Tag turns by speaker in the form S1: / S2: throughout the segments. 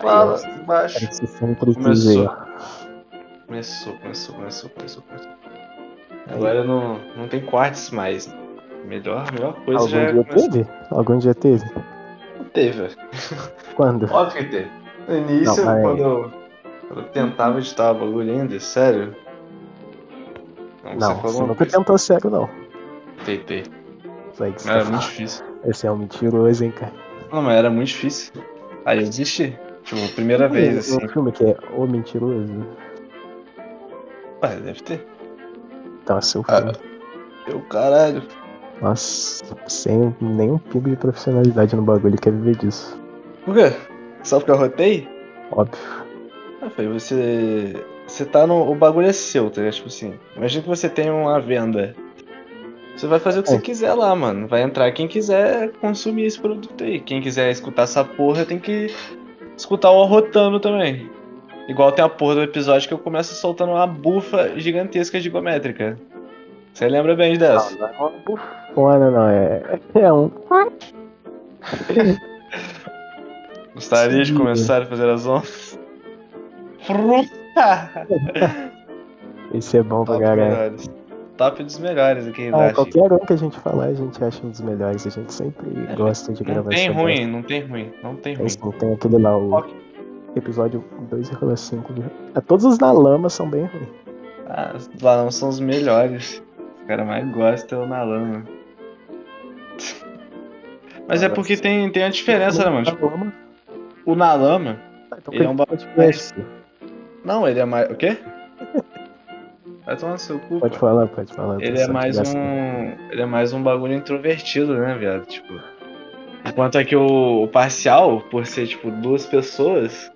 S1: fala baixo.
S2: Parece funk do
S1: Começou.
S2: Cruzeiro.
S1: Começou, começou, começou, começou, começou. Agora não, não tem quartos mais. Melhor, melhor coisa
S2: Algum
S1: já é
S2: dia
S1: começar-
S2: teve? Algum dia teve?
S1: teve. velho.
S2: Quando?
S1: Óbvio que teve. No início,
S2: Não, mas-
S1: quando, eu, quando eu tentava editar o bagulho ainda, sério.
S2: não,
S1: falou
S2: você
S1: uma
S2: nunca
S1: coisa.
S2: tentou sério, não.
S1: Tentei.
S2: Isso aí que você
S1: Mas era
S2: tá
S1: muito
S2: falando.
S1: difícil.
S2: Esse é um mentiroso, hein, cara.
S1: Não, mas era muito difícil. Aí eu desisti. Tipo, primeira vez,
S2: um,
S1: assim.
S2: um filme que é O Mentiroso.
S1: Ué, deve ter.
S2: Tá, seu
S1: Ah.
S2: filme.
S1: Eu, caralho.
S2: Nossa, sem nenhum pingo de profissionalidade no bagulho, quer viver disso.
S1: Por quê? Só porque eu rotei?
S2: Óbvio.
S1: Ah, foi, você. Você tá no. O bagulho é seu, tá ligado? Tipo assim. Imagina que você tem uma venda. Você vai fazer o que
S2: É.
S1: você quiser lá, mano. Vai entrar quem quiser consumir esse produto aí. Quem quiser escutar essa porra tem que escutar o arrotando também. Igual tem a porra do episódio que eu começo soltando uma bufa gigantesca de geométrica. Você lembra bem dessa?
S2: Não, não é uma bufona, não. É, é um.
S1: Gostaria de
S2: Ah, Sim.
S1: começar a fazer as ondas? Fruta!
S2: Esse é bom pra
S1: Top
S2: caralho.
S1: melhores. Top dos melhores aqui,
S2: Ah,
S1: Dashi.
S2: qualquer um que a gente falar, a gente acha um dos melhores. A gente sempre gosta de
S1: Não
S2: gravar
S1: tem
S2: sobre
S1: ruim, não tem ruim, não tem ruim.
S2: Mas não É tem aquele lá, o
S1: Uhum. Ok.
S2: episódio 2,5. né? Ah, Todos os na lama são bem ruins.
S1: Ah, os Lanão são os melhores. Os caras mais gostam é o na lama. Mas é
S2: Agora
S1: porque tem, tem a diferença, né, mano? Tipo,
S2: Na lama,
S1: o na lama.
S2: então
S1: ele é um
S2: pode-
S1: bagulho
S2: podcast.
S1: Não, ele é mais. O quê? Vai tomar no seu cu.
S2: Pode
S1: pô.
S2: falar, pode falar.
S1: Ele é
S2: pessoal,
S1: mais
S2: graças a Deus.
S1: um. Ele é mais um bagulho introvertido, né, viado? Tipo. Enquanto aqui o, o parcial, por ser tipo duas pessoas,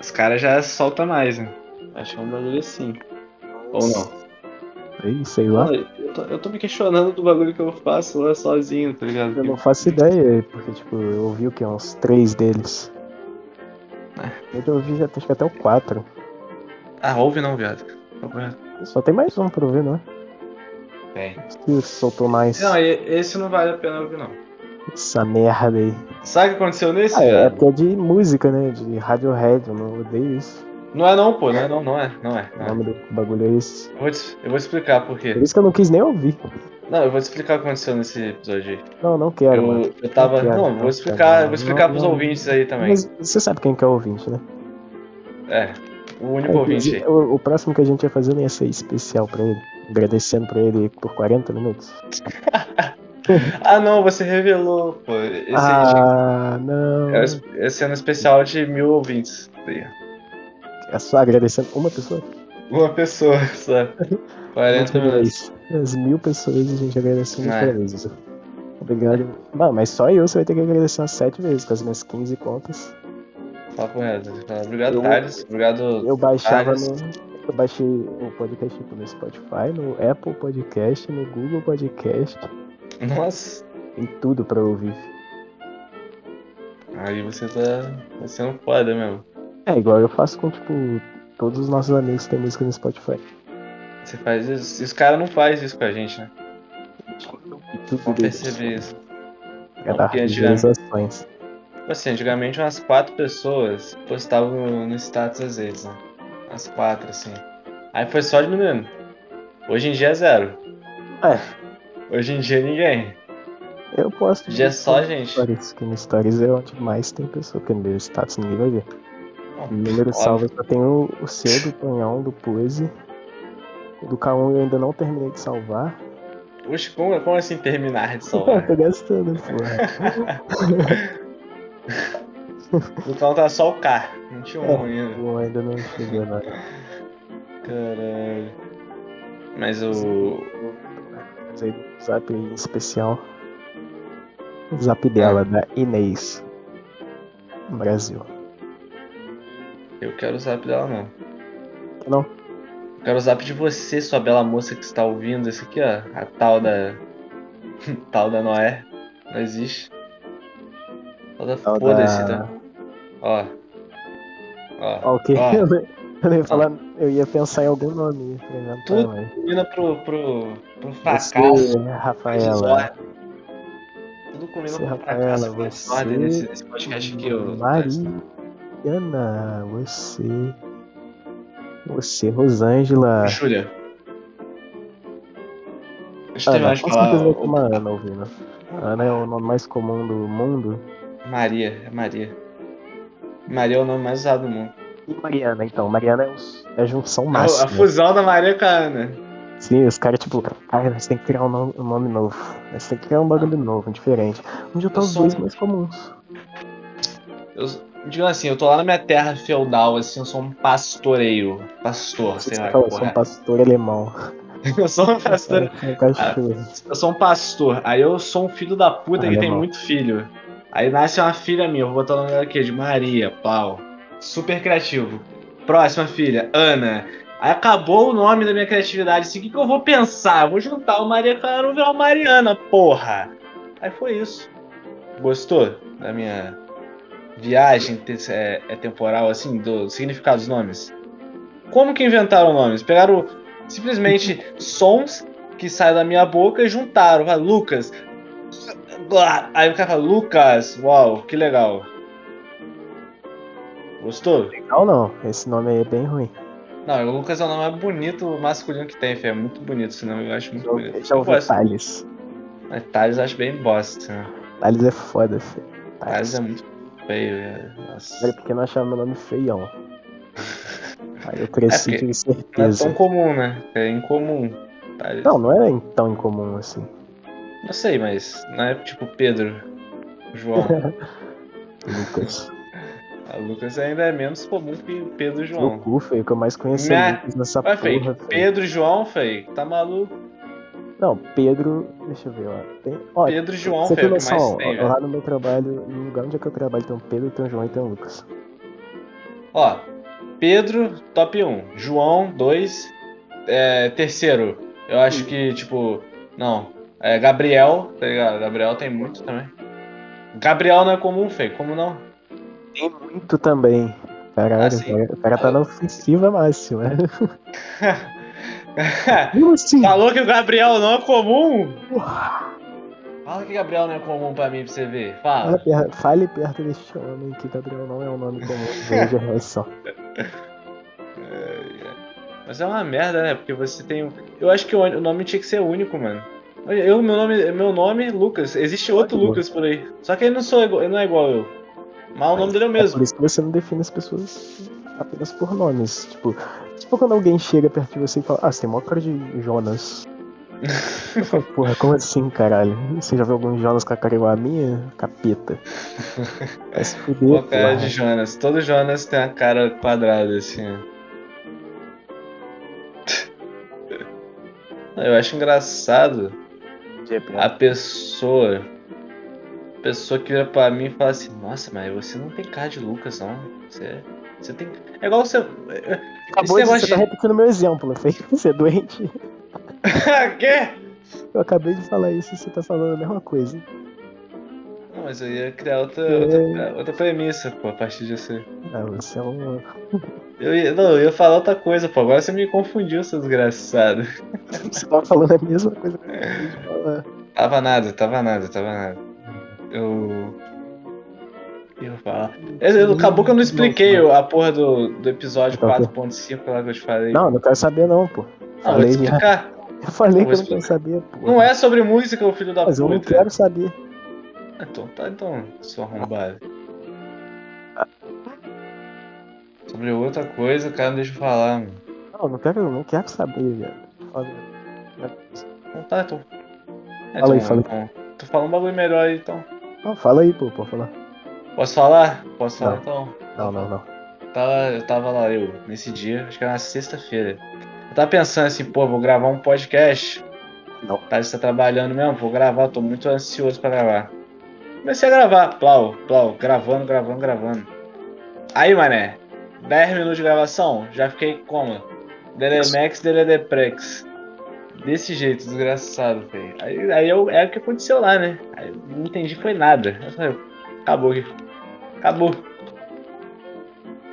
S1: os caras já soltam mais, né? Acho que é um bagulho assim. Ou não?
S2: Ei, sei lá.
S1: Mano, Eu tô, eu tô me questionando do bagulho que eu faço lá sozinho, tá ligado?
S2: Eu não faço ideia, porque, tipo, eu ouvi o que? Uns três deles.
S1: É.
S2: Eu ouvi, já- acho que até o quatro.
S1: Ah, ouve não, viado.
S2: Só tem mais um pra ouvir, não é?
S1: Tem.
S2: Que soltou mais
S1: Não, e- esse não vale a pena ouvir, não.
S2: essa merda aí.
S1: Sabe o que aconteceu nesse,
S2: Ah, é
S1: viado?
S2: até de música, né? De Radiohead, eu não odeio isso.
S1: Não é não, pô. Não é não, não é. Não é.
S2: O
S1: Não é.
S2: nome do bagulho é esse.
S1: Eu, vou te, eu vou te explicar por
S2: Por
S1: quê.
S2: isso que eu não quis nem ouvir.
S1: Não, eu vou te explicar o que aconteceu nesse episódio aí.
S2: Não, não quero. mano.
S1: Eu, eu tava.
S2: Piada,
S1: Não,
S2: não,
S1: vou explicar, eu
S2: não,
S1: vou explicar pros
S2: não.
S1: ouvintes aí também.
S2: Mas você sabe quem que é o ouvinte, né?
S1: É. O único
S2: É,
S1: ouvinte aí.
S2: o, o próximo que a gente ia fazer nem ia ser especial pra ele. Agradecendo pra ele por 40 minutos.
S1: Ah, não, você revelou, pô. Esse,
S2: ah, não.
S1: é o- esse ano especial de mil ouvintes. tá Aí, ó.
S2: É só agradecendo uma pessoa?
S1: Uma pessoa só. 40 minutos.
S2: As mil pessoas a gente agradece uma
S1: Ah, é.
S2: vez. Obrigado. Mano, mas só eu você vai ter que agradecer umas 7 vezes com as minhas 15 contas.
S1: Papo reto. Obrigado,
S2: Eu-
S1: Thales. Obrigado.
S2: Eu baixava
S1: Thales.
S2: no. Eu baixei o podcast tipo, no Spotify, no Apple Podcast, no Google Podcast,
S1: Nossa.
S2: em tudo pra ouvir.
S1: Aí você tá. tá sendo foda mesmo.
S2: É, igual eu faço com, tipo, todos os nossos amigos que têm música no Spotify.
S1: Você faz isso. E os caras não fazem isso com a gente, né?
S2: E tudo
S1: Vão
S2: deles.
S1: perceber é isso.
S2: Cada
S1: Porque antigamente-
S2: visualizações.
S1: Assim, antigamente umas quatro pessoas postavam no, no status às vezes, né? As quatro, assim. Aí foi só diminuindo. Hoje em dia é zero.
S2: É,
S1: Hoje em dia ninguém.
S2: eu posto.
S1: Hoje é só
S2: no
S1: gente.
S2: Stories, que no Stories é onde mais tem pessoa, porque no meu status ninguém vai ver.
S1: Bom,
S2: Número
S1: óbvio.
S2: salvo só tem o, o seu, do Tonhão, do Pose. O Do K1 eu ainda não terminei de salvar.
S1: Oxe, como, como assim terminar de salvar?
S2: Tô gastando, porra.
S1: então tá só o K. Não tinha um ainda.
S2: Eu ainda não cheguei lá.
S1: Caralho. Mas o.
S2: Mas aí, um zap em especial. O Zap dela, da Inês. Brasil.
S1: Eu quero o zap dela, não.
S2: Que não?
S1: Eu quero o zap de você, sua bela moça que está ouvindo esse aqui, ó. A tal da. tal da Noé. Não existe. Tal da
S2: Tal
S1: foda-se,
S2: da-
S1: tá? Ó. Ó.
S2: Ok.
S1: Ó.
S2: Eu, eu ia falar, eu ia pensar em algum nome. eu falei, não, tá,
S1: Tudo
S2: mas
S1: Combina pro. pro. pro fracasso.
S2: Você, é Rafaela.
S1: Tudo combina
S2: Você,
S1: pro
S2: Rafaela,
S1: fracasso.
S2: você,
S1: Ordem nesse, nesse podcast aqui, ó.
S2: Maria. Mariana, você. Você, Rosângela.
S1: Júlia. Deixa eu terminar
S2: Ana,
S1: de
S2: com certeza vai ter uma
S1: falar.
S2: Ana ouvindo. Ana é o nome mais comum do mundo.
S1: Maria, é Maria. Maria é o nome mais usado do mundo.
S2: E Mariana, então. Mariana é, os- é a junção
S1: A, a
S2: máxima.
S1: fusão da Maria com a Ana.
S2: Sim, os caras, tipo, cara, nós tem que criar um nome, um nome novo. Nós tem que criar um bagulho novo, diferente. Onde eu tô
S1: Eu
S2: os
S1: sou
S2: dois
S1: um-
S2: mais comuns.
S1: Eu, digamos assim, eu tô lá na minha terra feudal, assim, eu sou um pastoreio. Pastor,
S2: Você
S1: sei lá.
S2: fala, eu
S1: que
S2: sou
S1: porra
S2: um pastor alemão.
S1: é. Eu sou um pastor.
S2: Eu sou um cachorro.
S1: Eu sou um pastor, aí eu sou um filho da puta
S2: Ah,
S1: que tem
S2: legal.
S1: muito filho. Aí nasce uma filha minha, eu vou botar o nome dela aqui, de Maria, pau. Super criativo. Próxima filha, Ana. Aí acabou o nome da minha criatividade, assim, o que, que eu vou pensar? Eu vou juntar o Maria com a Ana, eu vou virar o Mariana, porra. Aí foi isso. Gostou da minha viagem te- é, é temporal, assim, do significado dos nomes? Como que inventaram nomes? Pegaram simplesmente sons que saem da minha boca e juntaram. Vai, Lucas. Glá. Aí o cara fala, Lucas, uau, que legal. Gostou?
S2: Não, não. Esse nome aí é bem ruim.
S1: Não, o Lucas é o nome mais bonito masculino que tem, Fê. É muito bonito esse nome, eu acho muito
S2: Já ouvi,
S1: bonito.
S2: já
S1: eu
S2: ouvi
S1: gosto.
S2: Thales.
S1: Mas Thales eu acho bem bosta. né?
S2: Thales é foda, filho.
S1: Thales é muito feio. é. Nossa.
S2: Era pequeno eu achava meu nome feião. Aí eu cresci
S1: É porque
S2: tive
S1: Não é
S2: certeza.
S1: tão comum, né? É incomum. Thales.
S2: Não, não era tão incomum assim.
S1: Não sei, mas não é tipo Pedro, João.
S2: Lucas.
S1: A Lucas ainda é menos comum que Pedro e João.
S2: Meu cu, feio, que eu mais conheci
S1: Né?
S2: Lucas nessa
S1: Ué, Fê,
S2: Tá porra. feio.
S1: Pedro e João, Fê, tá maluco?
S2: Não, Pedro. Deixa eu ver, ó. Tem... ó
S1: Pedro e João, Fê,
S2: você
S1: é o que
S2: tem
S1: mais
S2: noção, ó,
S1: tem, velho.
S2: lá no meu trabalho, no lugar onde é que eu trabalho, tem um Pedro, tem um João e tem um Lucas.
S1: Ó, Pedro, top 1. João, 2. É, terceiro, eu acho que, tipo, não. É Gabriel, tá ligado? Gabriel tem muito também. Gabriel não é comum, Fê, como não?
S2: Tem muito também.
S1: Ah,
S2: Caralho,
S1: sim.
S2: o cara- o cara tá na ofensiva máxima. Como assim?
S1: Falou que o Gabriel não é comum?
S2: Porra.
S1: Fala que Gabriel não é comum pra mim, pra você ver. Fala.
S2: Fale per- Fale perto deste homem que Gabriel não é um nome comum. Veja a reação.
S1: Mas é uma merda, né? Porque você tem. um- Eu acho que o o nome tinha que ser único, mano. Olha, Eu, meu nome, meu nome, Lucas. Existe outro
S2: Ótimo.
S1: Lucas por aí. Só que ele não, sou igual, ele não é igual eu. Mas o nome dele é o
S2: É
S1: mesmo.
S2: por isso que você não define as pessoas apenas por nomes. Tipo, tipo quando alguém chega perto de você e fala, ah, você tem maior cara de Jonas. Eu falo, porra, como assim, caralho? Você já viu algum Jonas com a cara igual a minha? Capeta. Vai se
S1: Pô,
S2: fuder,
S1: cara
S2: porra.
S1: de Jonas. Todo Jonas tem a cara quadrada, assim. ó. Eu acho engraçado a pessoa. a pessoa que vira pra mim e fala assim, nossa, mas você não tem cara de Lucas, não. Você. Você tem. É igual você. esse
S2: Acabou de... Você
S1: negócio
S2: tá
S1: de-
S2: repetindo meu exemplo, feio. Você é doente.
S1: Quê?
S2: Eu acabei de falar isso e você tá falando a mesma coisa.
S1: Não, mas eu ia criar outra,
S2: É.
S1: outra, outra premissa, pô, a partir disso. aí.
S2: Ah, você é um.
S1: Eu ia, não, eu ia falar outra coisa, pô. Agora você me confundiu, seu desgraçado.
S2: Você tava falando a mesma coisa que eu acabei de falar.
S1: Tava nada, tava nada, tava nada. Eu. O que eu ia falar? É, Eu- eu- Acabou que eu não expliquei a porra do, do episódio
S2: Tá ok.
S1: 4.5 lá que eu te falei.
S2: Não, não quero saber não, pô.
S1: não vou te
S2: Falei já.
S1: explicar.
S2: Eu falei
S1: Vou
S2: que eu não quero saber, pô.
S1: Não é sobre música, o filho da
S2: Mas eu
S1: puta.
S2: não quero saber.
S1: Então tá, então, seu arrombado. Sobre outra coisa, o cara não deixa eu falar, mano.
S2: Não, não quero, não quero saber, velho. Foda.
S1: Então tá, então. É,
S2: Fala aí,
S1: então,
S2: fala
S1: então, Tu fala um bagulho melhor aí, então.
S2: Não, fala aí, pô, pode falar.
S1: Posso falar? Posso falar
S2: Não.
S1: então?
S2: Não, não, não.
S1: Tava, eu tava lá, eu, nesse dia, acho que era na sexta-feira. Eu tava pensando assim, pô, vou gravar um podcast.
S2: Não.
S1: Tá, você tá trabalhando mesmo? Vou gravar, tô muito ansioso pra gravar. Comecei a gravar, plau, plau, gravando, gravando, gravando. Aí, mané, 10 minutos de gravação, já fiquei como? Delemax, Deledeprex. Desse jeito, desgraçado, velho. Aí, aí eu, é o que aconteceu lá, né? Aí eu não entendi, foi nada. Eu falei, acabou aqui. Acabou.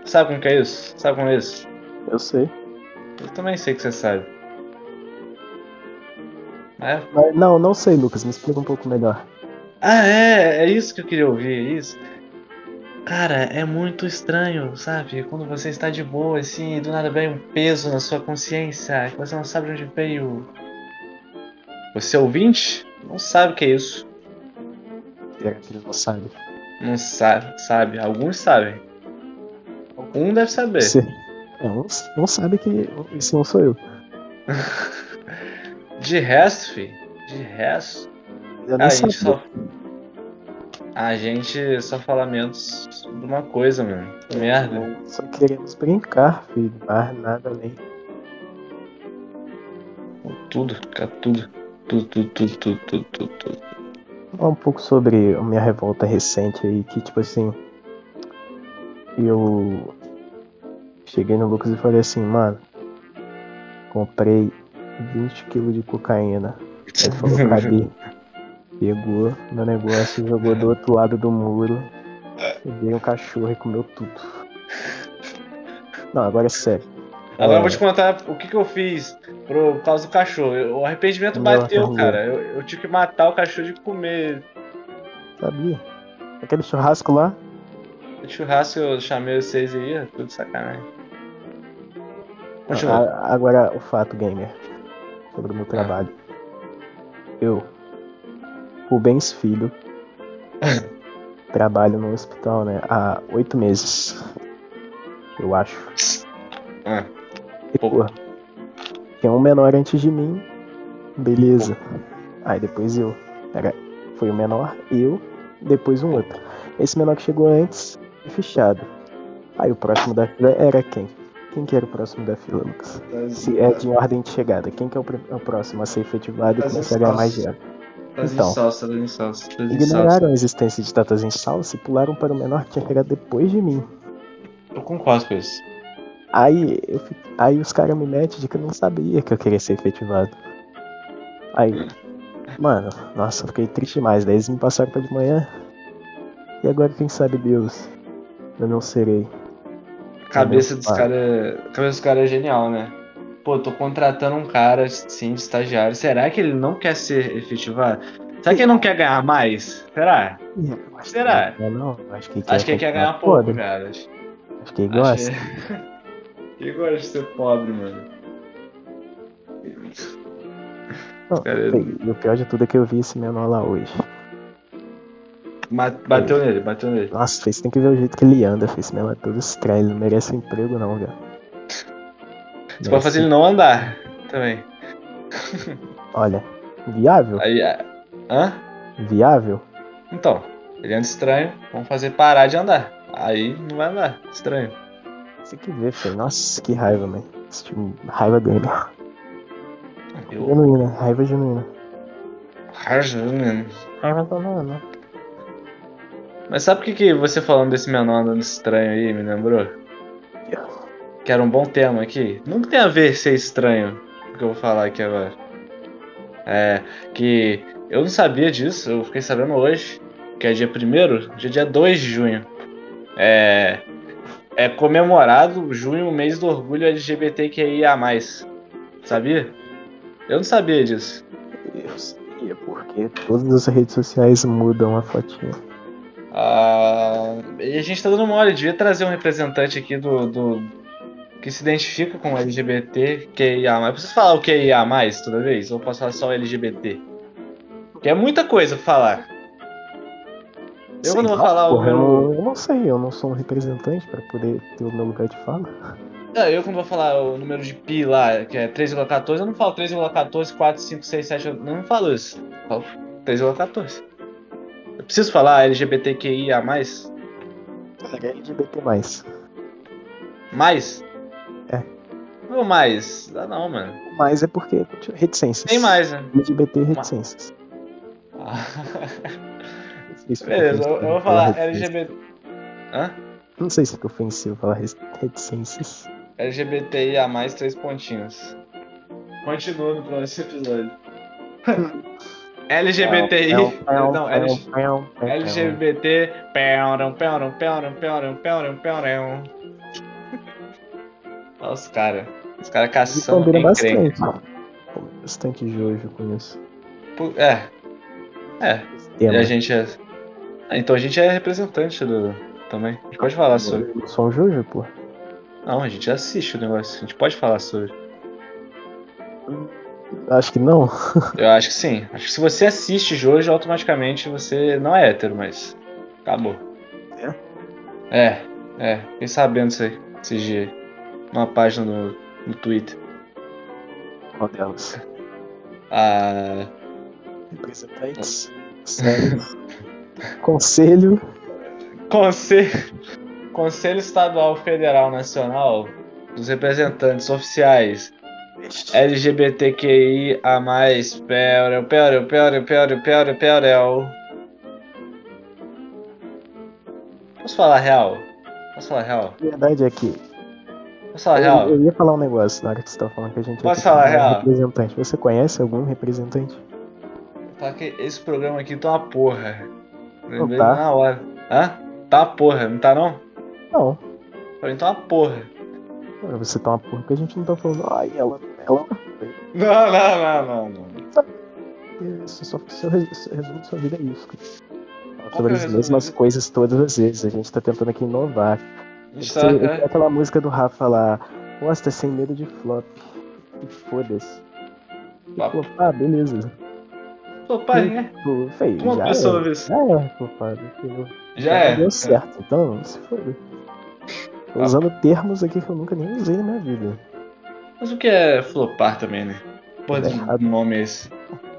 S1: Sabe como que é isso? Sabe como é isso?
S2: Eu sei.
S1: Eu também sei que você sabe. É? Mas
S2: Mas, não, não sei, Lucas. Me explica um pouco melhor.
S1: Ah, é, é isso que eu queria ouvir, é isso. Cara, é muito estranho, sabe? Quando você está de boa, assim, e do nada vem um peso na sua consciência, que você não sabe de onde veio. Você é ouvinte? Não sabe o que é isso.
S2: Será que ele É, não sabe?
S1: Não sabe, sabe. Alguns sabem. Um deve saber.
S2: Você não, não sabe que esse não sou eu.
S1: De resto, fi. De resto. Ah,
S2: Eu
S1: A
S2: nem
S1: gente
S2: sabia.
S1: só. A gente só fala menos de uma coisa, mano. Merda.
S2: Só queremos brincar, filho. Mas nada além.
S1: Tudo, cara, tudo. Tudo, tudo, tudo, tudo, tudo, tudo, tudo.
S2: falar um pouco sobre a minha revolta recente aí, que tipo assim. Eu cheguei no Lucas e falei assim, mano, comprei 20 kg de cocaína. Aí ele falou, cadê? Pegou meu negócio, jogou do outro lado do muro. Veio um cachorro e comeu tudo. Não, agora é sério.
S1: Agora
S2: É.
S1: eu vou te contar o que, que eu fiz pro, por causa do cachorro. Eu- o arrependimento
S2: Nossa,
S1: bateu,
S2: Rui.
S1: cara. Eu, eu tive que matar o cachorro de comer.
S2: Sabia? Aquele churrasco lá,
S1: O churrasco eu chamei vocês aí, é tudo sacanagem. Continua. Ah.
S2: A- Agora o fato, gamer, sobre o meu trabalho. Eu, Rubens Filho, trabalho no hospital né, há oito meses, eu acho.
S1: Ah.
S2: E,
S1: Pô.
S2: porra, tinha um menor antes de mim, beleza. Aí depois eu. Era, foi o menor, eu, depois um outro. Esse menor que chegou antes, foi fechado. Aí o próximo da fila era quem? Quem que era o próximo da fila, Lucas? Se é de ordem de chegada, quem que é o, prim- é o próximo a ser efetivado e
S1: Mas
S2: começar a ganhar
S1: isso-
S2: mais dinheiro?
S1: Traz
S2: então.
S1: em salsa, traz em salsa, traz em salsa.
S2: Ignoraram a existência de datas em salsa e pularam para o menor que tinha chegado depois de mim.
S1: Eu concordo com isso.
S2: Aí, eu, fi- aí os caras me metem de que eu não sabia que eu queria ser efetivado. Aí, mano, nossa, eu fiquei triste demais. Daí eles me passaram pra de manhã. E agora, quem sabe Deus, eu não serei. É
S1: Cabeça dos
S2: Pai.
S1: caras. Cabeça dos caras é genial, né? Pô, tô contratando um cara assim de estagiário. Será que ele não quer ser efetivado? Será que ele não quer ganhar mais? Será?
S2: Ih, eu acho que
S1: Será?
S2: Não, não, eu acho que ele
S1: Acho que ele quer
S2: continuar
S1: ganhar pouco, né?
S2: podre.
S1: cara. Acho
S2: Acho que ele gosta.
S1: que ele gosta de ser pobre, mano.
S2: Não,
S1: Cara,
S2: E o pior de tudo é que eu vi esse menor lá hoje.
S1: ma- Bateu nele, bateu nele.
S2: Nossa, Fê, você tem que ver o jeito que ele anda, Fê. Esse menor é todo estranho, ele não merece um emprego não, velho.
S1: Você pode fazer ele não andar também.
S2: Olha, viável?
S1: Aí. a- Hã?
S2: Viável?
S1: Então, ele anda estranho, vamos fazer parar de andar. Aí não vai andar. Estranho.
S2: Você que vê, Fê. Nossa, que raiva, mano. Esse time, raiva dele.
S1: Eu.
S2: Genuína, raiva genuína. Raiva genuína.
S1: Mas sabe o que, que você falando desse menor andando estranho aí me lembrou? Que era um bom tema aqui. Nunca tem a ver ser estranho, o que eu vou falar aqui agora. É, que eu não sabia disso, eu fiquei sabendo hoje, que é dia 1 dia dia 2 de junho. É, é comemorado junho, o mês do orgulho LGBTQIA+. Sabia? Eu não sabia disso.
S2: Eu sabia, porque todas as redes sociais mudam a fotinha.
S1: Ah, e a gente tá dando mole, devia trazer um representante aqui do. do- que se identifica com LGBT, QIA. Eu preciso falar o QIA mais toda vez? Ou posso falar só LGBT? Que é muita coisa pra falar. Eu
S2: Sei
S1: não vou
S2: lá,
S1: falar o
S2: porra, eu
S1: meu.
S2: não- Eu não sei, eu não sou um representante pra poder ter o meu lugar de fala.
S1: Ah, eu quando vou falar o número de pi lá, que é 3,14, eu não falo 3,14, 4, 5, 6, 7, eu não falo isso. Eu falo 3,14. Eu preciso falar LGBTQIA+, mais?
S2: Cara, LGBT+. Mais.
S1: Mais?
S2: É.
S1: Não mais. Ah, não, mano.
S2: Mas é porque reticências.
S1: Tem mais, né?
S2: LGBT e reticências. Ah. Não sei se fica
S1: Beleza, eu, eu
S2: ofensivo
S1: vou falar
S2: falar reticências.
S1: LGBT. Hã?
S2: Não sei se é fica ofensivo falar res- reticências.
S1: LGBTIA mais três pontinhos. Continua no próximo episódio. LGBTI.
S2: É um,
S1: Não, LG- é um. LGBT. Peoram, peoram, peoram, peoram, peoram, peoram. Olha os caras. Os caras
S2: Isso
S1: caçando
S2: combina
S1: quem crê.
S2: bastante. Combina Bastante Jojo com isso.
S1: Pu- É. É.
S2: Tema.
S1: E a gente é. Ah, Então a gente é representante do. também. A gente pode falar sobre.
S2: Eu sou um Jojo, pô.
S1: Não, a gente assiste o negócio. A gente pode falar sobre.
S2: Acho que não.
S1: Eu acho que sim. Acho que se você assiste Jojo, automaticamente você não é hétero, mas. Acabou. É? É, é. Fiquei sabendo isso aí. Esses dias. Numa página no, no Twitter.
S2: Qual delas?
S1: Ah.
S2: Representantes. Séries. Conselho.
S1: Conselho, Conselho Estadual Federal Nacional dos representantes oficiais
S2: É
S1: LGBTQI a mais piorel, piorel, piorel, piorel, piorel, piorel. Posso falar real? Posso falar real?
S2: A verdade é que
S1: Posso falar
S2: eu,
S1: real?
S2: eu ia falar um negócio na hora que você tava falando que a gente
S1: Posso
S2: ter
S1: falar
S2: um
S1: real?
S2: representante. Você conhece algum representante?
S1: Falar que esse programa Tá aqui tá uma porra. Lembrei
S2: tá.
S1: na hora. Hã? Tá uma porra, não tá não?
S2: Não.
S1: Pra mim tá uma porra.
S2: Agora Você tá uma porra que a gente não tá falando. Ai, ela. ela
S1: Não, não, não, não, não.
S2: isso só seu resu- seu resumo sua vida é isso. cara.
S1: Qual
S2: Fala Sobre
S1: que é o
S2: as
S1: resumo
S2: mesmas
S1: dele?
S2: coisas todas as vezes. A gente tá tentando aqui inovar.
S1: A gente tá,
S2: Você-
S1: né?
S2: Aquela música do Rafa lá. Posta é sem medo de flop. E foda-se. E
S1: Papo.
S2: flopar, beleza.
S1: Opa, né?
S2: Pô, feio.
S1: Uma
S2: já
S1: pessoa
S2: é,
S1: ouve isso.
S2: Já é flopado. entendeu?
S1: Já é.
S2: Deu certo, então se foi. Tô
S1: Ah.
S2: usando termos aqui que eu nunca nem usei na minha vida.
S1: Mas o que é flopar também, né? Porra,
S2: Tudo errado.
S1: de nome é esse.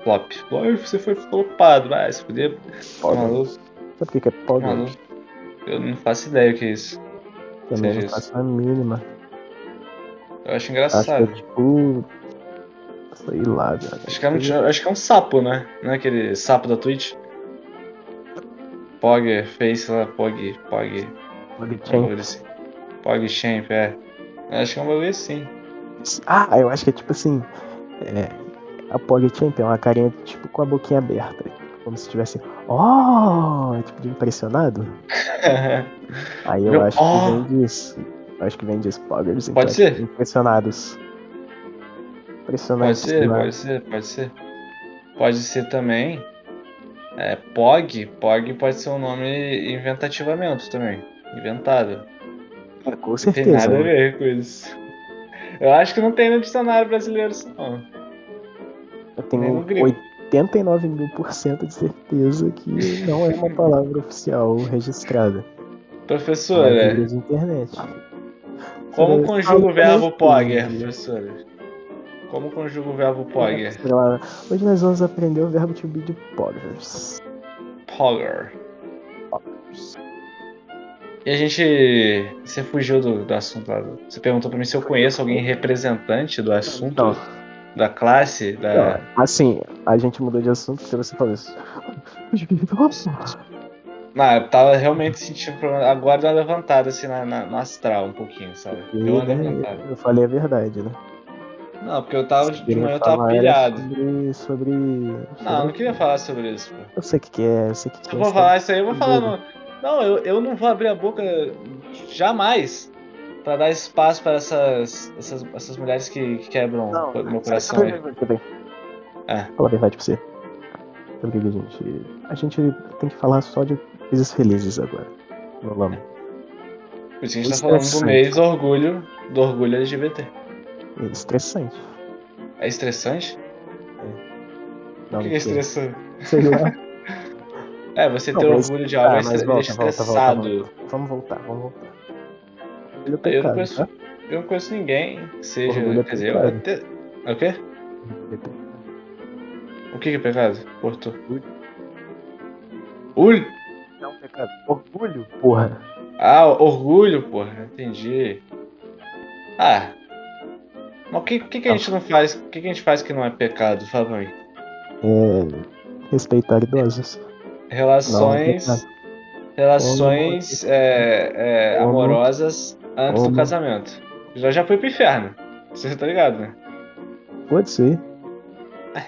S1: Flop. Flop, você foi flopado, vai se fuder.
S2: Pau
S1: Maluco,
S2: Dante. Sabe o que que é pau
S1: maluco.
S2: Dante?
S1: Eu não faço ideia o que é isso.
S2: Também
S1: Sério
S2: não
S1: isso?
S2: faço a mínima.
S1: Eu acho
S2: Acho que
S1: engraçado.
S2: é tipo. Sei lá, velho.
S1: Acho que é um, acho que é um sapo, né? Não é aquele sapo da Twitch? Pog, face lá, Pog, Pog. um
S2: blockchain.
S1: bagulho assim. Pog Champ, é. Eu acho que é um bagulho assim.
S2: Ah, eu acho que é tipo assim. É, a PogChamp é uma carinha tipo com a boquinha aberta. Como se tivesse. Oh! Tipo de impressionado. Aí eu
S1: Meu-
S2: acho
S1: Oh!
S2: que vem disso. Eu acho que vem disso, Poggers.
S1: Pode
S2: então,
S1: ser.
S2: Impressionados.
S1: pode
S2: Impressionados.
S1: ser,
S2: né?
S1: pode ser, pode ser. Pode ser também. É, Pog. Pog pode ser um nome inventativamente também. Inventado.
S2: É, com
S1: Não tem
S2: certeza.
S1: nada a
S2: né?
S1: ver com isso. Eu acho que não tem no dicionário brasileiro isso, não.
S2: Eu
S1: nem no
S2: tenho
S1: grego.
S2: 89 mil por cento de certeza que não é uma palavra oficial registrada. Nas
S1: Professora,
S2: regras de internet.
S1: como
S2: Você
S1: conjuga
S2: fala
S1: o verbo
S2: também,
S1: pogger,
S2: né?
S1: professora? Como conjuga o verbo pogger?
S2: Sei lá, Hoje nós vamos aprender o verbo to be de poggers.
S1: Pogger. E a gente. Você fugiu do, do assunto lá. do- Você perguntou pra mim se eu conheço alguém representante do assunto, É.
S2: Então,
S1: da classe, da.
S2: assim, a gente mudou de assunto porque você falou isso. Nossa,
S1: Não, eu tava realmente sentindo problema. Agora deu uma levantada assim na, na- no astral um pouquinho, sabe? Deu uma
S2: e, né,
S1: levantada.
S2: eu falei a verdade, né?
S1: Não, porque eu tava. De
S2: Queria
S1: manhã eu tava
S2: falar
S1: pilhado.
S2: Sobre, sobre,
S1: Não, eu não
S2: sobre-
S1: queria falar sobre isso, pô.
S2: Eu sei o que, que é, eu sei o que,
S1: Se
S2: que
S1: eu
S2: é.
S1: vou
S2: sabe?
S1: falar isso aí, eu vou falar no... Não, eu, eu não vou abrir a boca jamais pra dar espaço para essas, essas, essas mulheres que, que quebram
S2: Não, é
S1: o meu
S2: sabe-
S1: coração é-
S2: sabe-
S1: aí.
S2: sabe-
S1: Ah.
S2: Fala a verdade pra você. Sabe o que a gente. A gente tem que falar só de coisas felizes agora. Não vamos.
S1: Por isso que a gente tá
S2: Isso é
S1: falando do
S2: estressante.
S1: mês do orgulho, do orgulho LGBT.
S2: É estressante.
S1: É estressante?
S2: Não,
S1: o que que é
S2: não sei.
S1: estressante?
S2: Sei lá.
S1: É, você
S2: Não,
S1: ter
S2: mas-
S1: orgulho de algo
S2: Ah,
S1: é
S2: mas
S1: estre-
S2: volta, volta, volta,
S1: estressado.
S2: Vamos voltar, vamos voltar. Orgulho é
S1: Eu não
S2: pecado,
S1: conheço-
S2: tá?
S1: Eu não conheço ninguém que seja.
S2: Orgulho é
S1: quer dizer, eu
S2: pecado.
S1: até. É O quê? O que que é pecado? Cortou.
S2: Orgulho.
S1: Ul!
S2: Não, É um pecado. Orgulho? Porra.
S1: Ah, orgulho, porra, entendi. Ah. Mas o que, o que, que a gente não faz? O que, que a gente faz que não é pecado? Fala pra mim.
S2: É. Respeitar idosos.
S1: Relações.
S2: Não, não é
S1: relações é, é,
S2: Como-
S1: amorosas antes do
S2: Como-
S1: casamento. Já já foi pro inferno. Você tá ligado, né?
S2: Pode ser.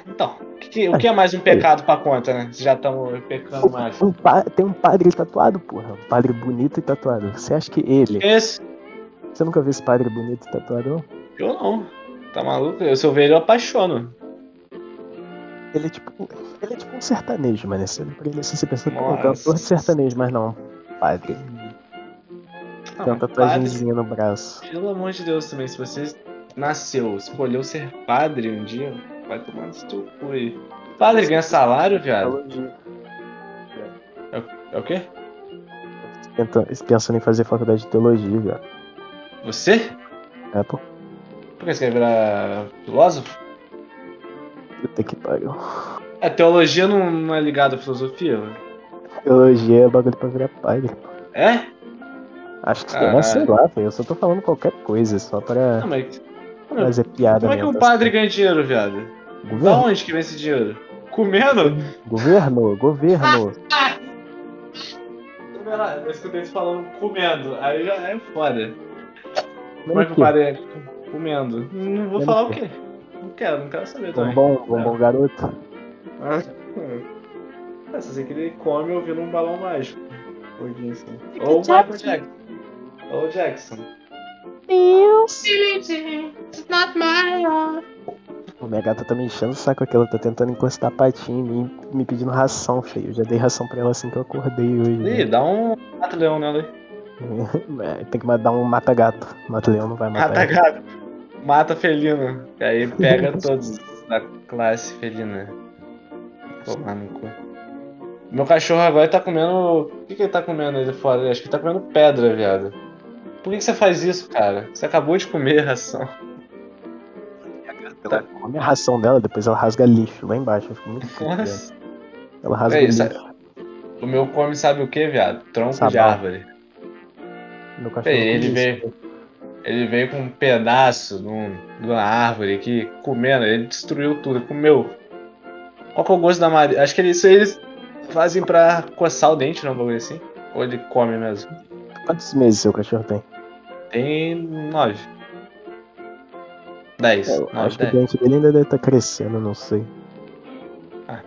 S1: Então, o que, que- o que é mais um pecado pra conta, né? Se já estamos pecando mais.
S2: Um pa- Tem um padre tatuado, porra. Um padre bonito e tatuado. Você acha que ele.
S1: Esse?
S2: Você nunca viu esse padre bonito e tatuado? não?
S1: Eu não. Tá maluco? Eu, se eu ver ele, eu apaixono.
S2: Ele é tipo. Ele é tipo um sertanejo, mano. Você olha pra ele assim, você pensa, pô, um
S1: Nossa.
S2: cantor de sertanejo, mas não. Padre. Tem
S1: Então tá
S2: uma
S1: um
S2: tatuagemzinha no braço.
S1: Pelo amor de Deus também, se você nasceu, escolheu ser padre um dia, vai tomar no seu cu aí. Padre ganha salário, viado?
S2: Falou de-
S1: É o quê?
S2: Tenta- Pensando em fazer faculdade de teologia, velho.
S1: Você?
S2: É, pô.
S1: Por que você quer virar filósofo?
S2: Puta que pariu.
S1: A É, teologia não, não é ligada à filosofia? velho?
S2: Teologia é bagulho pra virar padre.
S1: É?
S2: Acho que sim,
S1: Caralho.
S2: mas sei lá, velho. Eu só tô falando qualquer coisa, só pra
S1: Não, mas. Não, mas
S2: fazer piada
S1: como é Tá que
S2: mesmo,
S1: um
S2: tá
S1: padre ganha dinheiro, viado?
S2: certo?
S1: Da
S2: Governo,
S1: onde que vem esse dinheiro? Comendo?
S2: governo,
S1: Ah!
S2: governo.
S1: Eu escutei eles falando comendo. Aí já é foda. Como
S2: Mano,
S1: é que o
S2: aqui,
S1: padre é comendo? Não vou
S2: Comendo
S1: falar
S2: o
S1: o quê? Não quero, não quero
S2: Tá
S1: saber também.
S2: bombom, bombom garoto.
S1: Ah, hum. Ah, só sei que ele come ouvindo um balão mágico. Gordinho assim. Ou o Michael Jackson. Ou o Jackson.
S2: Pô, minha gata tá me enchendo o saco aqui, ela tá tentando encostar patinho em mim, me pedindo ração, feio. Eu já dei ração pra ela assim que eu acordei hoje. né?
S1: Ih, dá um mata-leão nela aí.
S2: É, Tem que mandar um mata-gato. Mata-leão não vai matar.
S1: Mata
S2: ela.
S1: gato. Mata felino. E aí pega todos da classe felina. Tomar no cu. Meu cachorro agora tá comendo. O que, que ele tá comendo ali fora? Acho que ele tá comendo pedra, viado. Por que, que você faz isso, cara? Você acabou de comer ração.
S2: Ela come a ração dela, depois ela rasga lixo lá embaixo. Eu fico muito puto, velho.
S1: Nossa.
S2: Ela rasga
S1: É isso,
S2: lixo.
S1: O meu come sabe o que, viado? Tronco de
S2: Sabão.
S1: árvore.
S2: Meu cachorro
S1: Ei, ele
S2: come
S1: veio-
S2: isso,
S1: Ele veio com um pedaço de, um- de uma árvore que comendo, ele destruiu tudo, comeu. Qual que é o gosto da madeira? Acho que ele- isso eles fazem pra coçar o dente, não, um bagulho assim. Ou ele come mesmo.
S2: velho. Quantos meses seu cachorro tem?
S1: Tem nove. Dez.
S2: É, Eu
S1: nove,
S2: acho que o
S1: dez.
S2: dente dele ainda deve estar crescendo, não sei.
S1: Ah.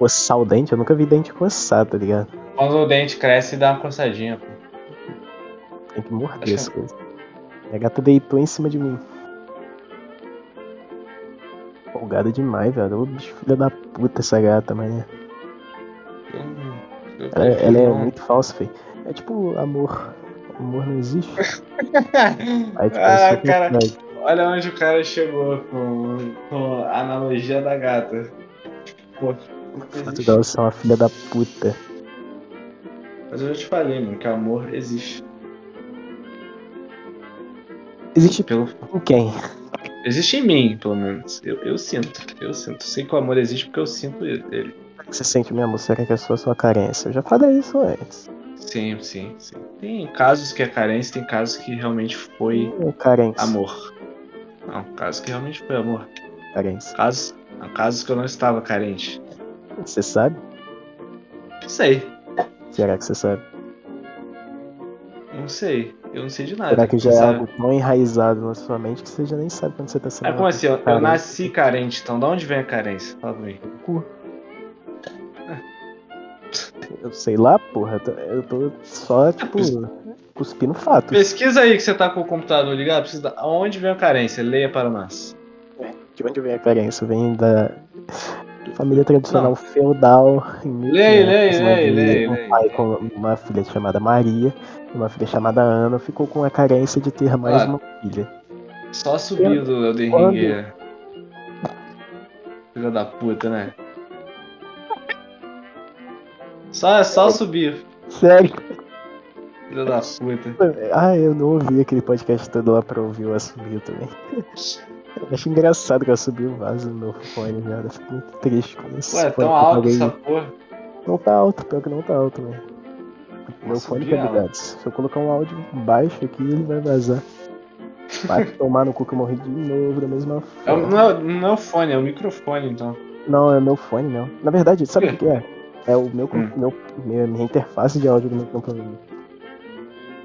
S2: Coçar o dente? Eu nunca vi dente coçar, tá ligado?
S1: Quando o dente cresce, dá uma coçadinha. pô.
S2: Tem que
S1: Acho
S2: morder as coisas. Minha gata deitou em cima de mim. Folgada demais, velho. Ô, bicho, filha da puta essa gata, mané.
S1: Eu- eu
S2: Ela, ela é
S1: não-
S2: muito falsa, feio. É tipo amor. Amor não existe. Aí, tipo,
S1: ah,
S2: é super
S1: cara,
S2: verdade.
S1: olha onde o cara chegou com, com a analogia da gata. Pô, não
S2: O fato
S1: existe.
S2: dela ser um uma filha da puta.
S1: Mas eu já te falei, mano, que amor existe.
S2: Existe
S1: Pelo...
S2: em quem?
S1: Existe em mim, pelo menos. Eu, eu sinto, eu sinto. Sei que o amor existe porque eu sinto ele. ele.
S2: O que você sente mesmo? Será que é só a sua carência? Eu já falei isso antes.
S1: Sim, sim, sim. Tem casos que é carência, tem casos que realmente foi
S2: Hum, Carência.
S1: amor. Não, casos que realmente foi amor.
S2: Carência.
S1: Casos, não, casos que eu não estava carente.
S2: Você sabe?
S1: Não sei,
S2: Será que você sabe?
S1: não sei. Eu não sei de nada.
S2: Será que já é
S1: sabe?
S2: algo tão enraizado na sua mente que você já nem sabe quando você tá sendo
S1: É como assim, eu, eu
S2: Carente.
S1: nasci carente, então de onde vem a carência? Fala pra mim.
S2: cu? Eu sei lá, porra. eu tô- Eu tô só, tipo, cuspindo fatos.
S1: Pesquisa aí que você tá com o computador ligado, precisa da... aonde vem a carência? Leia para nós.
S2: De onde vem a carência? Vem da família tradicional feudal. Em
S1: Lei, lei,
S2: 1500, uma
S1: lei,
S2: vila
S1: lei,
S2: com
S1: lei,
S2: Um pai
S1: lei.
S2: com uma filha chamada Maria e uma filha chamada Ana ficou com a carência de ter mais
S1: Claro.
S2: uma filha.
S1: Só subir do Elden
S2: Quando?
S1: Ring. é. Filha da puta, né? Só é só subir,
S2: Sério?
S1: filha da puta.
S2: Ah, eu não ouvi aquele podcast todo lá pra ouvir o assobio também. Eu acho engraçado que eu assobi o vaso no meu fone, velho. Eu fico muito triste com isso.
S1: Ué,
S2: Quando
S1: tão alto
S2: alguém-
S1: essa porra.
S2: Não tá alto, pior que não tá alto, velho. Meu
S1: Nossa,
S2: fone
S1: que
S2: tá ligado. Se eu colocar um áudio baixo aqui, ele vai vazar. Vai tomar no cu que eu morri de novo da mesma
S1: É o-
S2: forma.
S1: não, é, não é o fone, é o microfone então.
S2: Não, é meu fone mesmo. Na verdade, sabe o
S1: Quê?
S2: que que é? É o meu,
S1: Hum.
S2: meu, minha, minha interface de áudio do meu computador.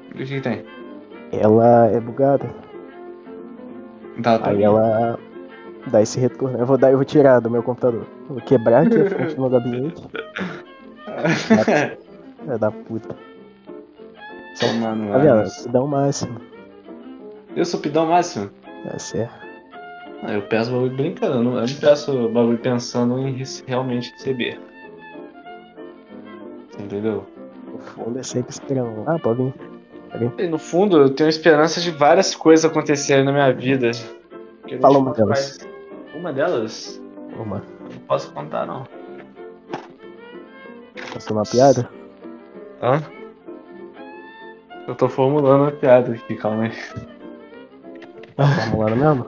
S1: O que, que tem?
S2: Ela é bugada.
S1: Tá, tá.
S2: Aí ela dá esse retorno. Eu vou dar, eu vou tirar do meu computador. Eu Vou quebrar aqui a fonte do meu gabinete. É da puta. Só
S1: Mano,
S2: Tá vendo? Dá o máximo.
S1: eu sou pidão máximo?
S2: É certo.
S1: Ah, eu peço bagulho brincando, eu não, eu não peço bagulho pensando em rece- realmente receber. Entendeu?
S2: O fundo é sempre esperando. Ah, pode vir. cara.
S1: E no fundo, eu tenho esperança de várias coisas acontecerem na minha vida. Que a
S2: Fala
S1: gente
S2: uma
S1: não
S2: delas.
S1: faz- Uma delas?
S2: Uma,
S1: Eu Não posso contar, não.
S2: passou uma piada?
S1: Hã? Eu tô formulando a piada aqui, calma aí.
S2: Não, formularam mesmo?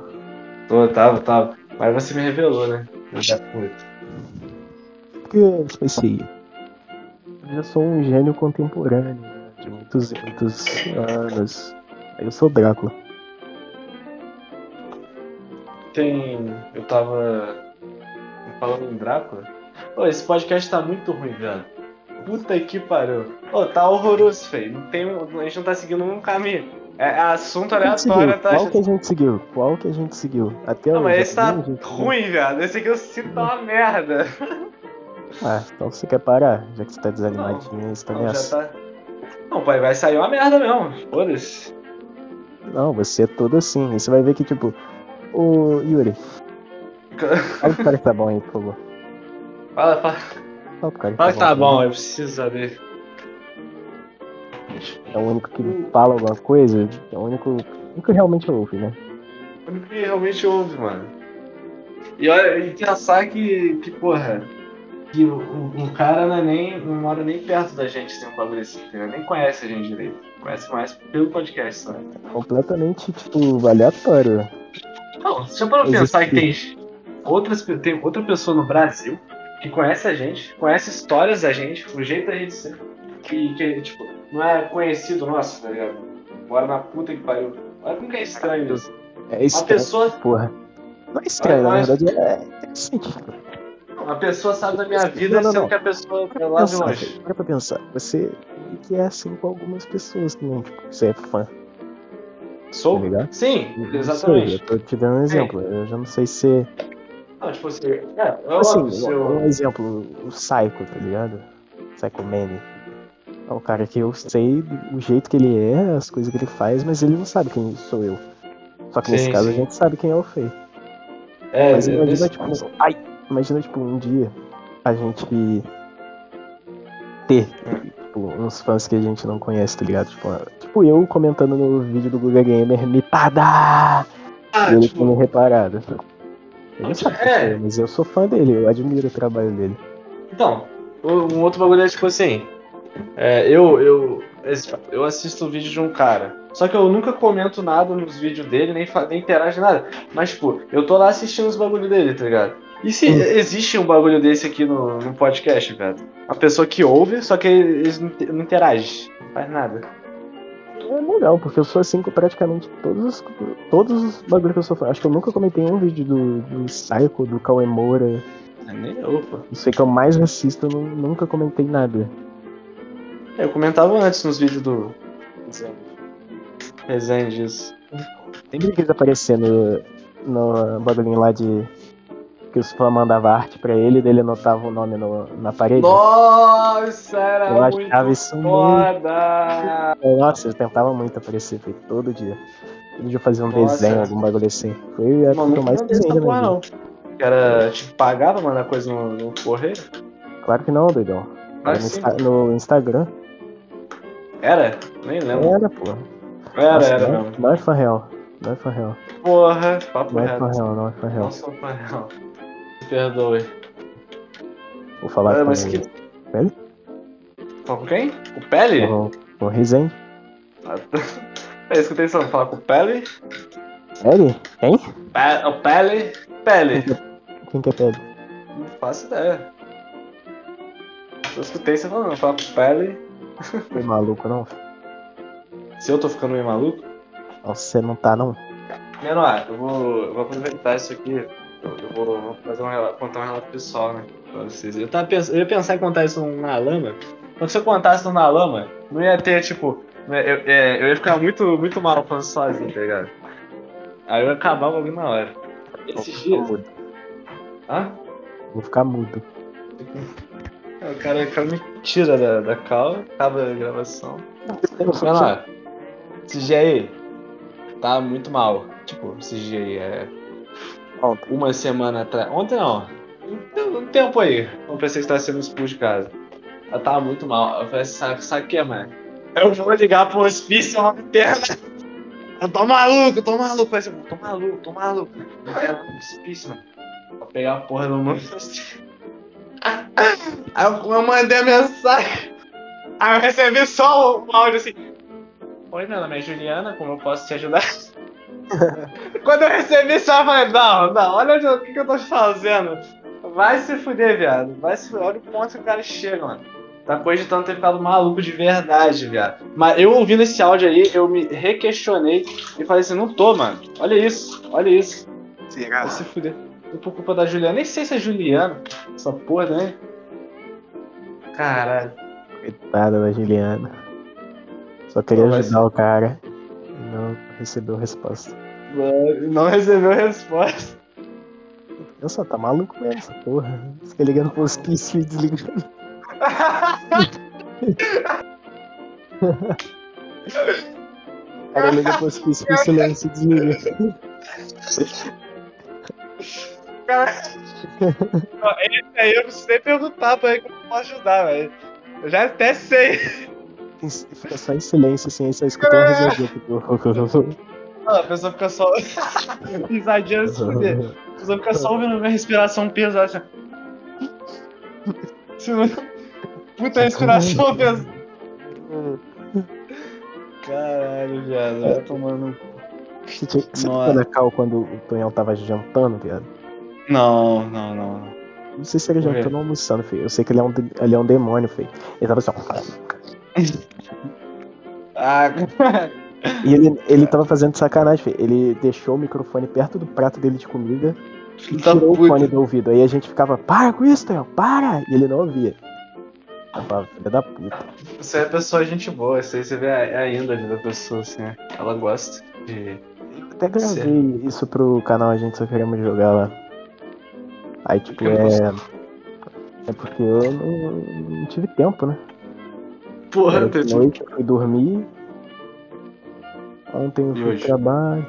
S1: Tô, tava, tava. Mas você me revelou, né? Filho da puta.
S2: Por que eu pensei? Eu já sou um gênio contemporâneo, né, de muitos e muitos anos. Aí eu sou Drácula.
S1: Tem. Eu tava. Falando em Drácula. Ô, esse podcast tá muito ruim, velho. Puta que pariu. Ô, tá horroroso, feio. Não tem... A gente não tá seguindo um caminho. É é assunto
S2: Qual que a gente seguiu?
S1: aleatório, tá?
S2: Qual que é a gente seguiu? Qual que a gente seguiu? Até
S1: Não, mas
S2: hoje,
S1: esse tá
S2: nenhum a gente seguiu.
S1: ruim, velho. Esse aqui eu sinto tá uma merda.
S2: Ah, então você quer parar, já que você tá desanimadinho, você tá
S1: Não, já
S2: nessa.
S1: tá. Não, pai, vai sair uma merda mesmo. Foda-se.
S2: Não, você é todo assim. Você vai ver que, tipo, ô Yuri, fala pro cara que tá bom aí, por favor.
S1: Fala, fala.
S2: Fala pro cara que
S1: Fala que tá
S2: por favor.
S1: bom, eu preciso saber.
S2: É o único que fala alguma coisa, é o único, o único que realmente ouve, né?
S1: O único que realmente ouve, mano. E olha, e pensar que, que porra, que o- o- um cara não, é nem, não mora nem perto da gente, tem um bagulho assim, entendeu? Nem conhece a gente direito. Conhece mais pelo podcast, só.
S2: Completamente, tipo, aleatório.
S1: Não, já para
S2: Existe.
S1: pensar que tem outras, pe- tem outra pessoa no Brasil que conhece a gente, conhece histórias da gente, o jeito da gente ser, que, que, tipo, não é conhecido nosso, tá ligado? Mora na puta que pariu. Olha como que é estranho isso.
S2: É
S1: Uma
S2: estranho,
S1: pessoa,
S2: porra. Não é estranho, na
S1: mas-
S2: verdade, é interessante. Para
S1: uma pessoa sabe da minha vida
S2: Não, não,
S1: sendo
S2: não.
S1: que a pessoa é
S2: pra
S1: lá de
S2: pensar,
S1: longe.
S2: cara, Então, para pra pensar. Você meio que é assim com algumas pessoas também, tipo, você é fã.
S1: Sou?
S2: Tá ligado?
S1: Sim,
S2: Não sei,
S1: exatamente. É.
S2: Eu tô te dando um exemplo, eu já não sei se...
S1: Não, tipo assim, é, é
S2: Assim,
S1: óbvio, se eu-
S2: um exemplo, o Psycho, tá ligado? Psycho Manny. É um cara que eu sei o jeito que ele é, as coisas que ele faz, mas ele não sabe quem sou eu. Só que nesse
S1: Sim,
S2: caso a
S1: sim.
S2: gente sabe quem é o Fei.
S1: É,
S2: Mas imagina,
S1: nesse-
S2: tipo, ai, imagina, tipo, um dia a gente ter tipo, uns fãs que a gente não conhece, tá ligado? Tipo, ah, tipo eu comentando no vídeo do Guga Gamer, mitada!
S1: Ah,
S2: E ele
S1: tipo,
S2: tipo, reparado. Ele
S1: não,
S2: não sabe
S1: tipo,
S2: quem
S1: é.
S2: sou eu, mas eu sou fã dele, eu admiro o trabalho dele.
S1: Então, o- um outro bagulho é tipo assim. é, eu, eu, esse- eu assisto o vídeo de um cara. Só que eu nunca comento nada nos vídeos dele, nem, fa- nem interajo nada. Mas, tipo, eu tô lá assistindo os bagulhos dele, tá ligado? E se
S2: Hum.
S1: existe um bagulho desse aqui no, no podcast, velho? A pessoa que ouve, só que eles não te- não interagem, não faz nada.
S2: É legal, porque eu sou assim com praticamente todos os, todos os bagulhos que eu sou fã. Acho que eu nunca comentei um vídeo do, do Psycho, do Cauê Moura.
S1: Nem eu, pô.
S2: Não sei que eu mais assisto, eu nu- nunca comentei nada.
S1: É, Eu comentava antes nos vídeos do é. resenha disso.
S2: Sempre quis aparecer no, no bagulhinho lá de. Que os fãs mandavam arte pra ele e dele anotava o nome no- na parede.
S1: Nossa, era
S2: eu
S1: muito
S2: achava isso muito.
S1: foda!
S2: Nossa, eu tentava muito aparecer, foi todo dia. Todo dia eu fazia um
S1: Nossa.
S2: desenho, algum bagulho assim. Foi a
S1: Não,
S2: época que eu mais
S1: não tem essa
S2: desenhei,
S1: porra,
S2: né?
S1: não. O cara te pagava mandar coisa no, no correio?
S2: Claro que não, doidão.
S1: Ah,
S2: Era no,
S1: sim.
S2: Insta- no Instagram.
S1: Era? Nem lembro.
S2: Era, pô.
S1: Era, né?
S2: Nossa,
S1: era
S2: não,
S1: mesmo.
S2: Não é fã real. Não é fã real.
S1: Porra, papo
S2: Não é fã
S1: reto.
S2: real, não é fã real.
S1: Não sou fã real. Me Perdoe.
S2: Vou falar
S1: Ah,
S2: com
S1: mas
S2: o-
S1: que.
S2: Pele?
S1: Fala com quem? O Pele?
S2: com,
S1: é?
S2: com o Rizem.
S1: Ah, tá. É isso que eu tenho que falar com o Pele?
S2: Pele?
S1: Pe- O Pele? Pele.
S2: Quem que é Pele?
S1: Não faço ideia. Eu escutei você falando, falar com o Pele.
S2: Foi maluco, não?
S1: Se eu tô ficando meio maluco.
S2: Não, Você não tá, não?
S1: Menor, eu vou, eu vou aproveitar isso aqui. Eu, eu vou, vou fazer um relato, contar um relato pessoal, né? Pra vocês. Eu, tava pens- eu ia pensar em contar isso na lama. Só que se eu contasse no na lama, não ia ter, tipo. né, Eu, é, eu ia ficar muito, muito mal falando sozinho, tá ligado? Aí eu ia acabar o bagulho na hora. Esses
S2: Vou
S1: dias.
S2: ficar mudo.
S1: Hã?
S2: Vou ficar mudo.
S1: O cara, o cara me tira da, da calma, acaba a gravação. Vai lá. CG aí. Tá muito mal. Tipo, CG aí é.
S2: Ontem.
S1: Uma semana atrás. Ontem não. Tem Um tempo um aí. Eu pensei que você tava sendo expulso de casa. Ela tava muito mal. Eu falei, assim, sabe, sabe o que, mano? Eu vou ligar pro hospício uma perna. Eu tô maluco, eu tô maluco. Mas eu assim, tô maluco, tô maluco. Eu vou lá no hospício, mano. Vou pegar a porra do nome. Aí eu eu mandei a mensagem. Aí eu recebi só o áudio assim. Oi, meu nome é Juliana, como eu posso te ajudar? Quando eu recebi isso, eu falei, não, não, olha onde eu- o que, que eu tô fazendo. Vai se fuder, viado. Vai se fuder. Olha o ponto que o cara chega, mano. Tá cogitando ter ficado maluco de verdade, viado. Mas eu ouvindo esse áudio aí, eu me requestionei e falei assim, não tô, mano. Olha isso, olha isso.
S2: Será?
S1: Vai se fuder. Tudo por culpa da Juliana. Nem sei se é Juliana, essa porra, né? Caralho.
S2: Coitada da Juliana. Só queria
S1: Não, mas-
S2: ajudar o cara. Não recebeu resposta.
S1: Não recebeu resposta.
S2: Nossa, tá maluco mesmo essa porra. Fica ligando pro hospício e desliga. O cara liga pro hospício e silêncio e desliga.
S1: Cara, Ó, esse aí eu precisei perguntar pra ele como eu posso ajudar, velho. Eu já até sei.
S2: E Fica só em silêncio, assim, aí só escuta um risadinho.
S1: Ah, A pessoa fica só. Risadinha se fuder. A pessoa fica só ouvindo minha respiração pesada. Assim. Se não-
S2: Tá
S1: Puta respiração pesada. Caralho, viado. Vai tomando.
S2: Gente, Sabe
S1: Não é.
S2: quando a Cal, quando o Tonhão tava jantando, viado?
S1: Não, não, não.
S2: Não sei se ele
S1: Por quê?
S2: jantando ou almoçando, filho. Eu sei que ele é um, de- ele é um demônio, filho. Ele tava assim, ó.
S1: Ah,
S2: E ele, ele tava fazendo sacanagem, filho. Ele deixou o microfone perto do prato dele de comida e
S1: tá
S2: tirou o
S1: puto.
S2: fone do ouvido. Aí a gente ficava, para com isso, Tonhão, para! E ele não ouvia. Eu falava, filha da puta.
S1: Você é pessoa gente boa, isso aí você vê a, a índole da pessoa, assim, né? Ela gosta de.
S2: Eu até gravei isso pro canal, a gente só queremos jogar lá. Aí, tipo,
S1: Eu não
S2: é. É porque eu não, não tive tempo, né?
S1: Porra, tipo,
S2: Era
S1: teve
S2: de noite, eu fui dormir. Ontem eu
S1: E
S2: fui
S1: hoje?
S2: pro trabalho.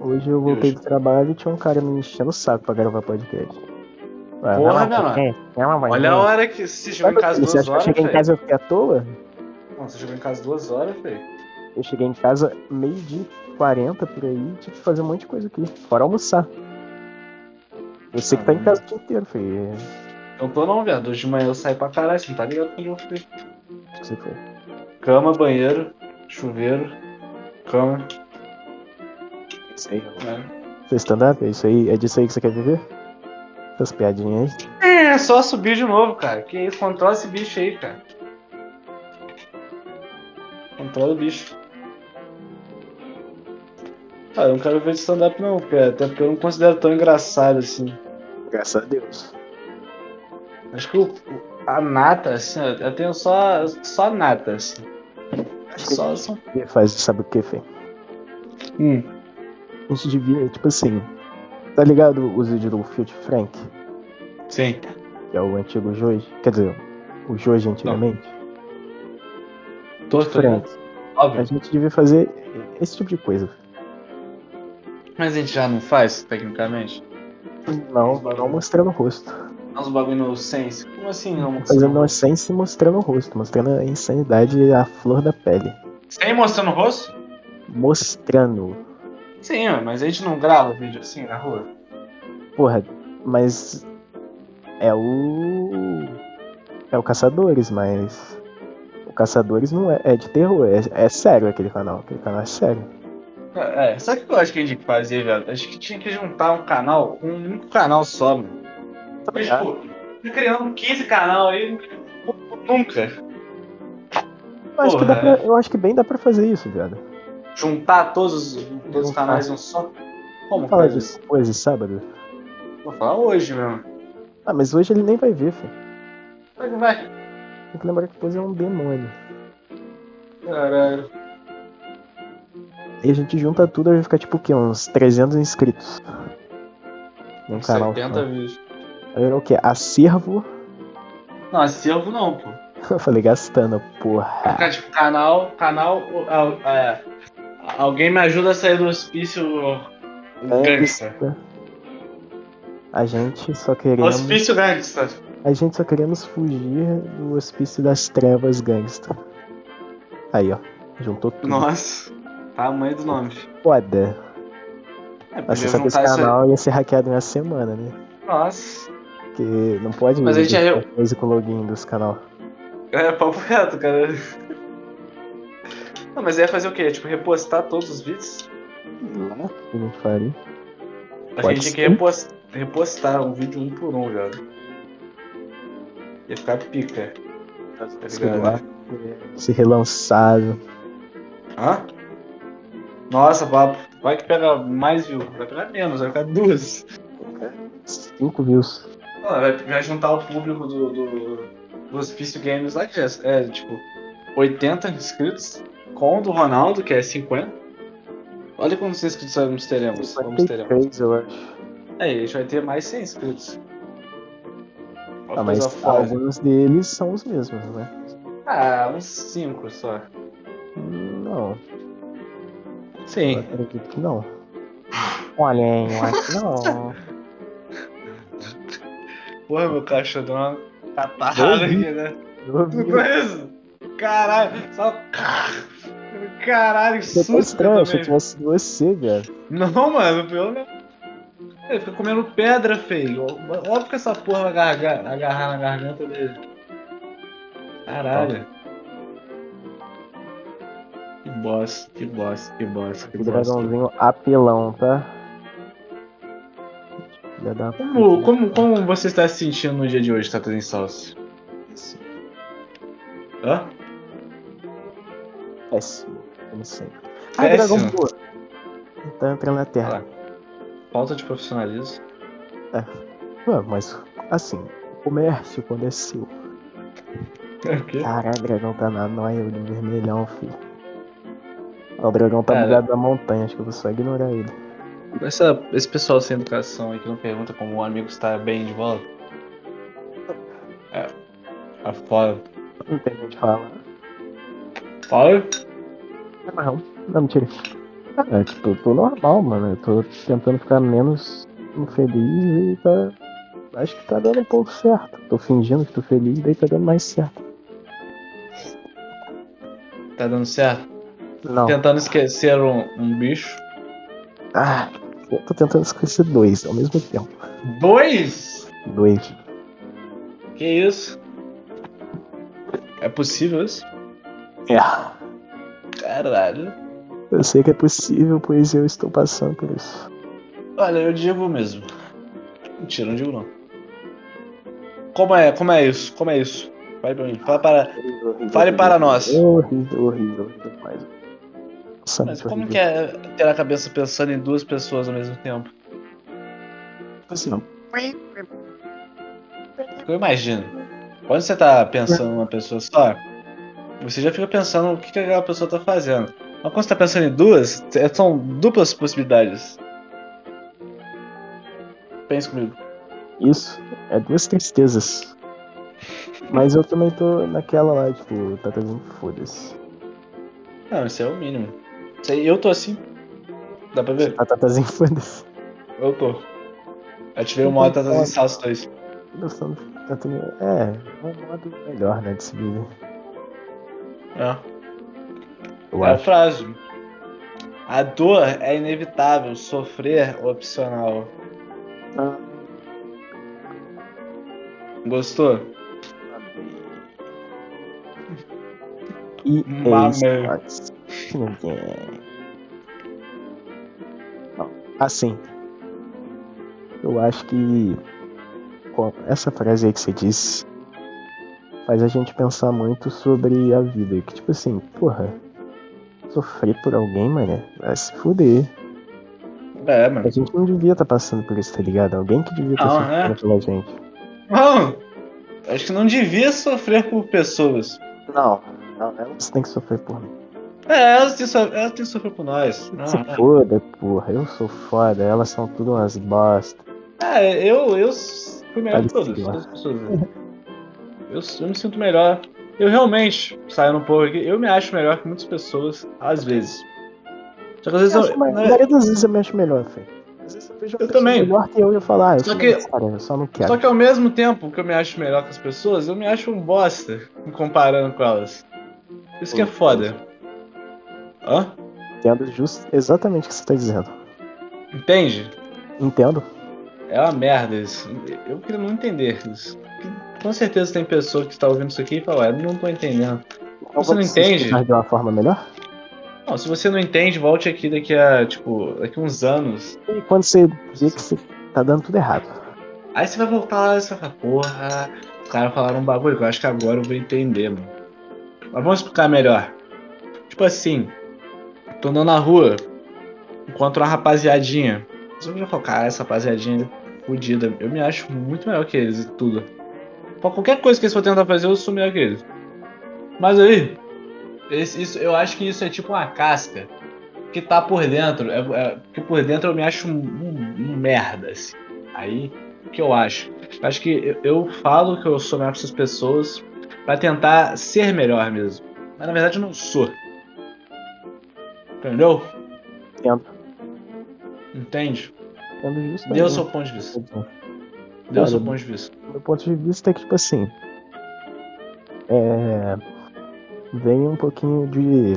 S2: Hoje eu voltei
S1: hoje?
S2: do trabalho e tinha um cara me enchendo o saco pra gravar podcast. Ah,
S1: Porra,
S2: vai lá,
S1: meu
S2: vai, vai lá, vai
S1: Olha
S2: lá.
S1: a hora que se chegou em
S2: Sabe
S1: casa
S2: aquilo, Você
S1: duas
S2: acha que eu
S1: horas,
S2: cheguei em
S1: velho.
S2: casa e eu fiquei à toa?
S1: Não, você chegou em casa duas horas, velho.
S2: Eu cheguei em casa meio-dia, e 40 por aí, tive que fazer um monte de coisa aqui, fora almoçar. Você que tá em
S1: Caramba.
S2: casa o dia inteiro, filho.
S1: Eu Então tô não, viado. Hoje de manhã eu saí pra caralho, você não tá ligado pra onde eu fui.
S2: Você foi.
S1: Cama, banheiro, chuveiro, cama.
S2: Isso aí, ó.
S1: né?
S2: Seu stand-up, é isso aí? É disso aí que você quer viver? Essas piadinhas aí.
S1: É, é só subir de novo, cara. Que isso, controla esse bicho aí, cara. Controla o bicho. Ah, eu não quero ver stand-up não, cara. Até porque eu não considero tão engraçado assim.
S2: Graças a Deus.
S1: Acho que o- a nata, assim, eu eu tenho só, só nata, assim.
S2: Acho que é
S1: Só, só...
S2: a gente faz, sabe o que, filho?
S1: Hum.
S2: A gente devia, tipo assim. Tá ligado os vídeos do Fiat Frank?
S1: Sim.
S2: Que é o antigo Jorge? Quer dizer, o Jorge antigamente?
S1: Tô
S2: Frank. A
S1: Óbvio.
S2: gente devia fazer esse tipo de coisa.
S1: Mas a gente já não faz, tecnicamente.
S2: Não, não mostrando o rosto.
S1: Dá uns bagulho no sense. Como assim não?
S2: Fazendo uma sense mostrando o rosto. Mostrando a insanidade à flor da pele.
S1: Sem mostrando o rosto?
S2: Mostrando.
S1: Sim, ué, mas a gente não grava vídeo assim na rua.
S2: Porra, mas. É o. É o Caçadores, mas. O Caçadores não é, é de terror, é, é sério aquele canal. Aquele canal é sério.
S1: É, sabe o que eu acho que a gente tinha que fazer, velho? Acho que tinha que juntar um canal, um único canal só, mano.
S2: Tá
S1: Mas,
S2: ligado?
S1: tipo, tá criando 15 canal aí. Nunca.
S2: Eu acho, que dá
S1: Porra. é.
S2: pra- eu acho que bem dá pra fazer isso, viado.
S1: Juntar todos, os- todos os canais em um só. Como
S2: Vamos falar
S1: faz
S2: disso
S1: isso?
S2: depois de sábado?
S1: Vou falar hoje mesmo.
S2: Ah, mas hoje ele nem vai ver, filho.
S1: Vai que vai.
S2: Tem que lembrar que depois é um demônio.
S1: Caralho.
S2: E a gente junta tudo e vai ficar tipo o quê? Uns 300 inscritos. Num Um canal. só.
S1: 70 vídeos.
S2: Aí Era o quê? Acervo?
S1: Não, acervo não, pô.
S2: Eu falei, gastando, porra.
S1: Cara, tipo, canal, canal, al- é, alguém me ajuda a sair do hospício gangsta.
S2: A gente só queremos.
S1: Hospício tá? Tipo, gangsta.
S2: A gente só queremos fugir do hospício das trevas gangsta. Aí, ó. Juntou tudo.
S1: Nossa, tamanho do nome.
S2: Foda.
S1: É, podia
S2: Acessar esse
S1: juntar isso aí.
S2: canal ia ser hackeado em uma semana, né?
S1: Nossa.
S2: Porque não pode
S1: Mas a gente já-
S2: fazer coisa com o login dos canal.
S1: É papo reto, cara. Não, mas ia fazer o quê? Tipo, repostar todos os vídeos?
S2: Lá que não faria.
S1: A
S2: Pode
S1: gente tinha que
S2: ser.
S1: repostar, repostar um vídeo um por um, velho. Ia ficar pica. Tá
S2: Sei
S1: ligado? né?
S2: lá. né? Ser relançado.
S1: Hã? Nossa, papo. Vai que pega mais view. Vai pegar menos, vai ficar duas.
S2: 5 views.
S1: Não, vai, vai juntar o público do, do, do Hospício Games lá, que é, é, tipo 80 inscritos, com o do Ronaldo, que é 50. Olha quantos inscritos nós teremos. Vamos teremos.
S2: 53, eu acho.
S1: Aí, a gente vai ter mais 100 inscritos. Uma
S2: Ah, mas
S1: coisa foda.
S2: alguns deles são os mesmos, né?
S1: Ah, uns 5 só.
S2: Não, eu
S1: Sim.
S2: acredito que não. Olha, hein, eu acho que não.
S1: Porra, meu cachorro deu uma catarrada
S2: Ouvi.
S1: aqui, né?
S2: Eu ouvi.
S1: Não conheço. Caralho, só. Caralho, que
S2: Você tá
S1: susto que eu tipo-
S2: estranho, achei
S1: tomei.
S2: que tivesse sido você, cara.
S1: Não, mano, o pior não. Ele fica comendo pedra, feio. Ó- Óbvio que essa porra vai agarrar, agarrar na garganta dele. Caralho. Que bosta, que bosta, que bosta, que
S2: O
S1: bosta.
S2: dragãozinho apelão, tá? Filha da
S1: Como,
S2: puta.
S1: como, como você está se sentindo no dia de hoje, Tata em Salsa? Hã?
S2: Péssimo, como sempre. Ah,
S1: Péssimo.
S2: Dragão Ball. Então entrando na Terra.
S1: Falta de profissionalismo.
S2: Ué, mas, assim, o comércio, quando é seu.
S1: O quê?
S2: Caralho, o dragão tá na noia do vermelhão, filho. Ah, O dragão tá
S1: Cara.
S2: ligado na montanha, acho que eu vou só ignorar ele.
S1: Essa, esse pessoal sem educação aí que não pergunta como o amigo está bem de volta. É. É foda.
S2: Não tem nem o que falar.
S1: Fala.
S2: É marrom. Não, mentira. Cara, tipo, eu tô normal, mano. Eu tô tentando ficar menos infeliz e tá. Acho que tá dando um pouco certo. Tô fingindo que tô feliz, daí tá dando mais certo.
S1: Tá dando certo?
S2: Não.
S1: Tentando esquecer um, um bicho.
S2: Ah, eu tô tentando esquecer dois ao mesmo tempo.
S1: Dois?
S2: Dois.
S1: Que isso? É possível isso?
S2: É.
S1: Caralho.
S2: Eu sei que é possível, pois eu estou passando por isso.
S1: Olha, eu digo mesmo. Mentira, não digo não. Como é? Como é isso? Como é isso? Fale pra mim. Fala para. Fale para nós.
S2: Horrível, horrível, horrível. Mas... Nossa,
S1: Mas
S2: muito
S1: como
S2: horrível.
S1: que é ter a cabeça pensando em duas pessoas ao mesmo tempo? é?
S2: Tipo assim, ó.
S1: Eu imagino. Quando você tá pensando numa pessoa só, você já fica pensando o que, que aquela pessoa tá fazendo. Mas quando você tá pensando em duas, é- são duplas possibilidades. Pense comigo.
S2: Isso, é duas tristezas. Mas eu também tô naquela lá, tipo, tá trazendo foda-se.
S1: Não, isso é o mínimo. Isso aí, Eu tô assim. Dá pra ver?
S2: Tá, tá trazendo foda-se.
S1: Eu tô. Ativei o modo Tatas em Salsa 2.
S2: Gostando, tá tendo... É, é um modo melhor, né, de se viver.
S1: É,
S2: Eu
S1: é a
S2: acho.
S1: frase. A dor é inevitável, sofrer opcional.
S2: Ah,
S1: Gostou?
S2: E
S1: Mamãe.
S2: é isso, Ninguém. Não, Assim, eu acho que com essa frase aí que você disse faz a gente pensar muito sobre a vida. Que tipo assim, porra, sofrer por alguém, mano, vai se fuder.
S1: É, mano.
S2: A gente não devia estar passando por isso, tá ligado? Alguém que devia estar
S1: Não,
S2: sofrendo
S1: é.
S2: pela gente.
S1: Não! Acho que não devia sofrer por pessoas.
S2: Não, não, elas têm que sofrer por mim.
S1: É, elas têm, so elas têm que sofrer por nós. Não,
S2: Se foda, porra, eu sou foda, elas são tudo umas bosta.
S1: é, eu, eu fui melhor que todas,
S2: Parecido,
S1: todas as pessoas. Eu, eu me sinto melhor. Eu realmente, saindo um pouco aqui, eu me acho melhor que muitas pessoas, às vezes. Só que às vezes
S2: Eu
S1: eu.
S2: acho mais-
S1: não
S2: Na
S1: é-
S2: maioria das vezes eu me acho melhor, filho. Às vezes eu vejo uma
S1: Eu
S2: pessoa
S1: também.
S2: melhor que eu e eu falo, ah, eu
S1: Só
S2: sou
S1: que-
S2: melhor, cara, eu só não quero.
S1: Só que ao mesmo tempo que eu me acho melhor que as pessoas, eu me acho um bosta me comparando com elas. Isso que é foda. Hã?
S2: Entendo just, exatamente o que você tá dizendo.
S1: Entende?
S2: Entendo.
S1: É uma merda isso. Eu queria não entender isso. Que- Com certeza tem pessoa que tá ouvindo isso aqui e fala, "Ué, não tô entendendo.
S2: Então
S1: Você não
S2: vamos
S1: entende?
S2: explicar De uma forma melhor?
S1: Não, se você não entende, volte aqui daqui a, tipo, daqui a uns anos.
S2: E quando você vê que você tá dando tudo errado.
S1: Aí você vai voltar lá e você vai falar, porra, os caras falaram um bagulho que eu acho que agora eu vou entender, mano. Mas vamos explicar melhor. Tipo assim, tô andando na rua, encontro uma rapaziadinha. Só que eu falo, cara, essa rapaziadinha é fodida. Eu me acho muito melhor que eles e tudo. Pra qualquer coisa que eles for tentar fazer, eu sou melhor que eles. Mas aí, esse- isso, eu acho que isso é tipo uma casca que tá por dentro. É, é- que por dentro eu me acho um, um- um merda, assim. Aí o que eu acho. Eu acho que eu, eu falo que eu sou melhor que essas pessoas pra tentar ser melhor mesmo. Mas na verdade eu não sou. Entendeu?
S2: Entendo.
S1: Entende?
S2: Entendo justamente.
S1: Deu o seu ponto de vista. Deu o seu ponto de vista.
S2: Do meu ponto de vista é que, tipo assim. É. Vem um pouquinho de.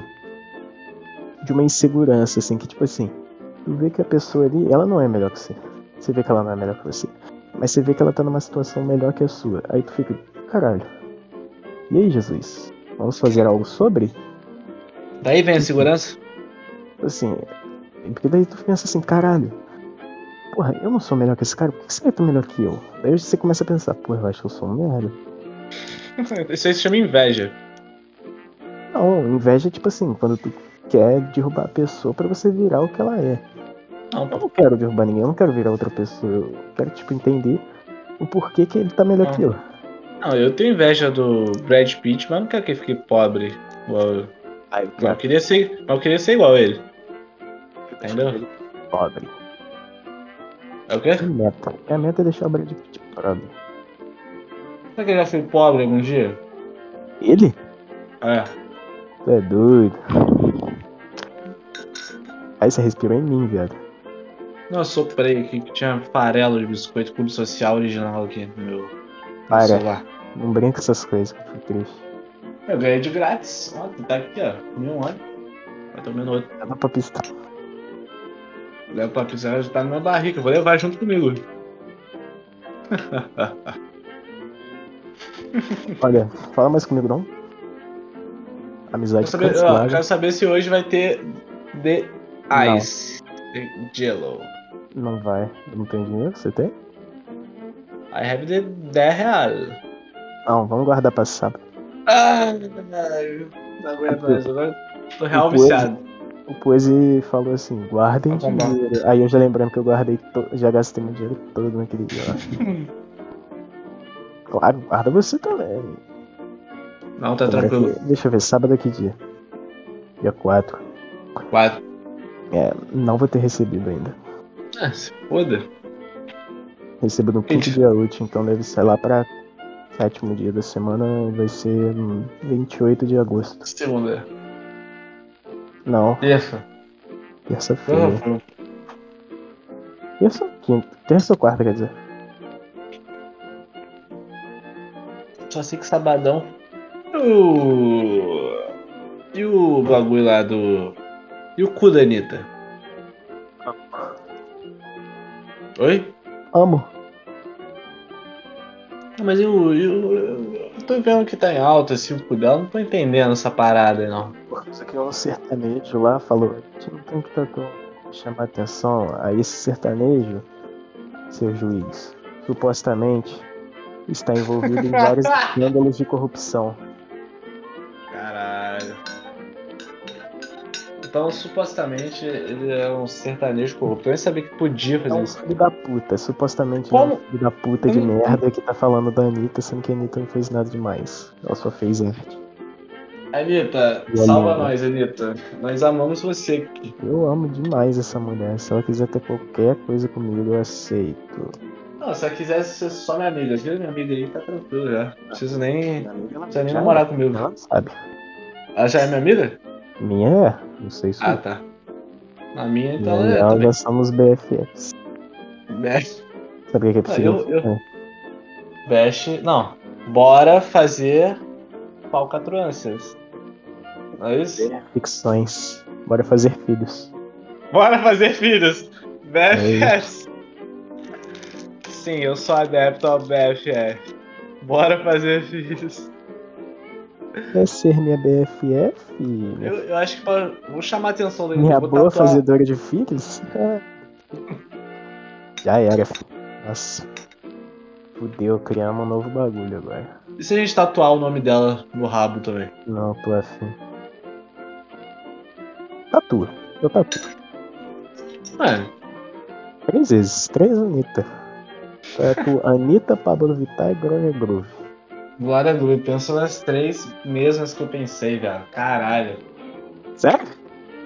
S2: De uma insegurança, assim, que, tipo assim. Tu vê que a pessoa ali, ela não é melhor que você. Você vê que ela não é melhor que você. Mas você vê que ela tá numa situação melhor que a sua. Aí tu fica, caralho. E aí, Jesus? Vamos fazer algo sobre? Tipo
S1: Daí vem a segurança?
S2: Assim, porque daí tu pensa assim, caralho. Porra, eu não sou melhor que esse cara, por que esse cara tá melhor que eu? Daí você começa a pensar, porra, eu acho que eu sou um merda.
S1: Isso aí se chama inveja.
S2: Não, inveja é tipo assim, quando tu quer derrubar a pessoa pra você virar o que ela é.
S1: Não,
S2: Eu
S1: pô.
S2: não quero derrubar ninguém, eu não quero virar outra pessoa. Eu quero, tipo, entender o porquê que ele tá melhor que eu.
S1: não, eu tenho inveja do Brad Pitt, mas eu não quero que ele fique pobre. Igual eu.
S2: Aí,
S1: Mas eu queria ser, mas eu queria ser igual a ele. Entendeu?
S2: Pobre.
S1: É o quê?
S2: É a meta. É a meta é deixar o Brad Pitt pobre.
S1: Será que ele já foi pobre algum dia?
S2: Ele?
S1: É.
S2: Tu é doido. Aí você respirou em mim, viado.
S1: Não, eu soprei aqui que tinha farelo de biscoito clube social original aqui no meu no
S2: Para.
S1: celular.
S2: Não brinca com essas coisas, que eu fico triste.
S1: Eu ganhei de grátis. Ó, tá aqui, ó. Comi um óleo. Tá tomando outro.
S2: Dá pra pistar.
S1: Leva pra pisar, já tá na minha barriga. Eu vou levar junto comigo.
S2: Olha, fala mais comigo, não. Amizade
S1: Quero saber, ó,
S2: cancelada.
S1: quero saber se hoje vai ter The
S2: Não.
S1: Ice. The Jello.
S2: Não vai. Eu não tenho dinheiro, você tem?
S1: I have the 10 real.
S2: Não, vamos guardar pra sábado.
S1: Ah, não aguento mais. Agora tô real
S2: Depois-
S1: viciado.
S2: O Poesia falou assim, guardem
S1: Tá bombado.
S2: dinheiro. Aí eu já lembrando que eu guardei, to- já gastei meu dinheiro todo naquele dia lá. claro, guarda você também.
S1: Não, tá
S2: Agora
S1: tranquilo.
S2: que- Deixa eu ver, sábado é que dia? Dia 4.
S1: 4.
S2: É, não vou ter recebido ainda.
S1: Ah, se foda.
S2: Recebo no quinto
S1: Gente.
S2: dia útil, então deve ser lá pra sétimo dia da semana, vai ser hum, 28 de agosto.
S1: Segunda.
S2: Não,
S1: Terça. Uhum.
S2: terça-feira. Terça ou quinta? Terça ou quarta, quer dizer?
S1: Só sei que sabadão. O... E o bagulho lá do. E o cu da Anitta? Oi?
S2: Amo.
S1: Não, Ah, Mas eu, eu, eu tô vendo que tá em alta assim o cu dela, não tô entendendo essa parada aí, não.
S2: Porra, Só que um sertanejo lá falou, a gente não tem que tanto chamar atenção a esse sertanejo, seu juiz, supostamente está envolvido em vários escândalos de corrupção.
S1: Caralho. Então supostamente ele é um sertanejo corrupto. Eu nem sabia que podia
S2: É
S1: fazer
S2: um
S1: isso.
S2: filho da puta, supostamente ele
S1: Como?
S2: é um filho da puta de
S1: Hum.
S2: merda que tá falando da Anitta, sendo que a Anitta não fez nada demais. Ela só fez arte.
S1: Anitta,
S2: E
S1: salva
S2: Anitta?
S1: nós, Anitta. Nós amamos você aqui.
S2: Eu amo demais essa mulher. Se ela quiser ter qualquer coisa comigo, eu aceito.
S1: Não, se ela quisesse ser só minha amiga, vira minha amiga aí, tá tranquilo já. Não preciso nem. Não
S2: Ela é
S1: precisa nem namorar comigo.
S2: Ela sabe.
S1: Ela já é minha amiga?
S2: Minha é, não sei se
S1: Ah, tá. Na minha, então
S2: Não,
S1: é.
S2: Né, nós
S1: também.
S2: somos BFFs.
S1: Bash.
S2: Sabe o que é possível?
S1: Ah, eu- eu- Bash. Não. Bora fazer palcatroâncias. Não é isso?
S2: Ficções. Bora fazer filhos.
S1: Bora fazer filhos!
S2: É
S1: BFFs! Sim, eu sou adepto ao BFF. Bora fazer filhos.
S2: Quer ser minha BFF? Minha,
S1: Eu, eu acho que pra, vou chamar a atenção dele.
S2: minha
S1: vou
S2: boa
S1: tatuar-
S2: fazedora de filhos? Ah. Já era. fi. Nossa. Fudeu, criamos um novo bagulho agora.
S1: E se a gente tatuar o nome dela no rabo também?
S2: Não, tô afim. Tatua. Eu tatuo.
S1: É,
S2: Três vezes. Três Anitta. Tatuo Anitta, Pablo Vittar e Glória Groove.
S1: Glória Groove, pensou nas três mesmas que eu pensei, velho. Caralho.
S2: Sério?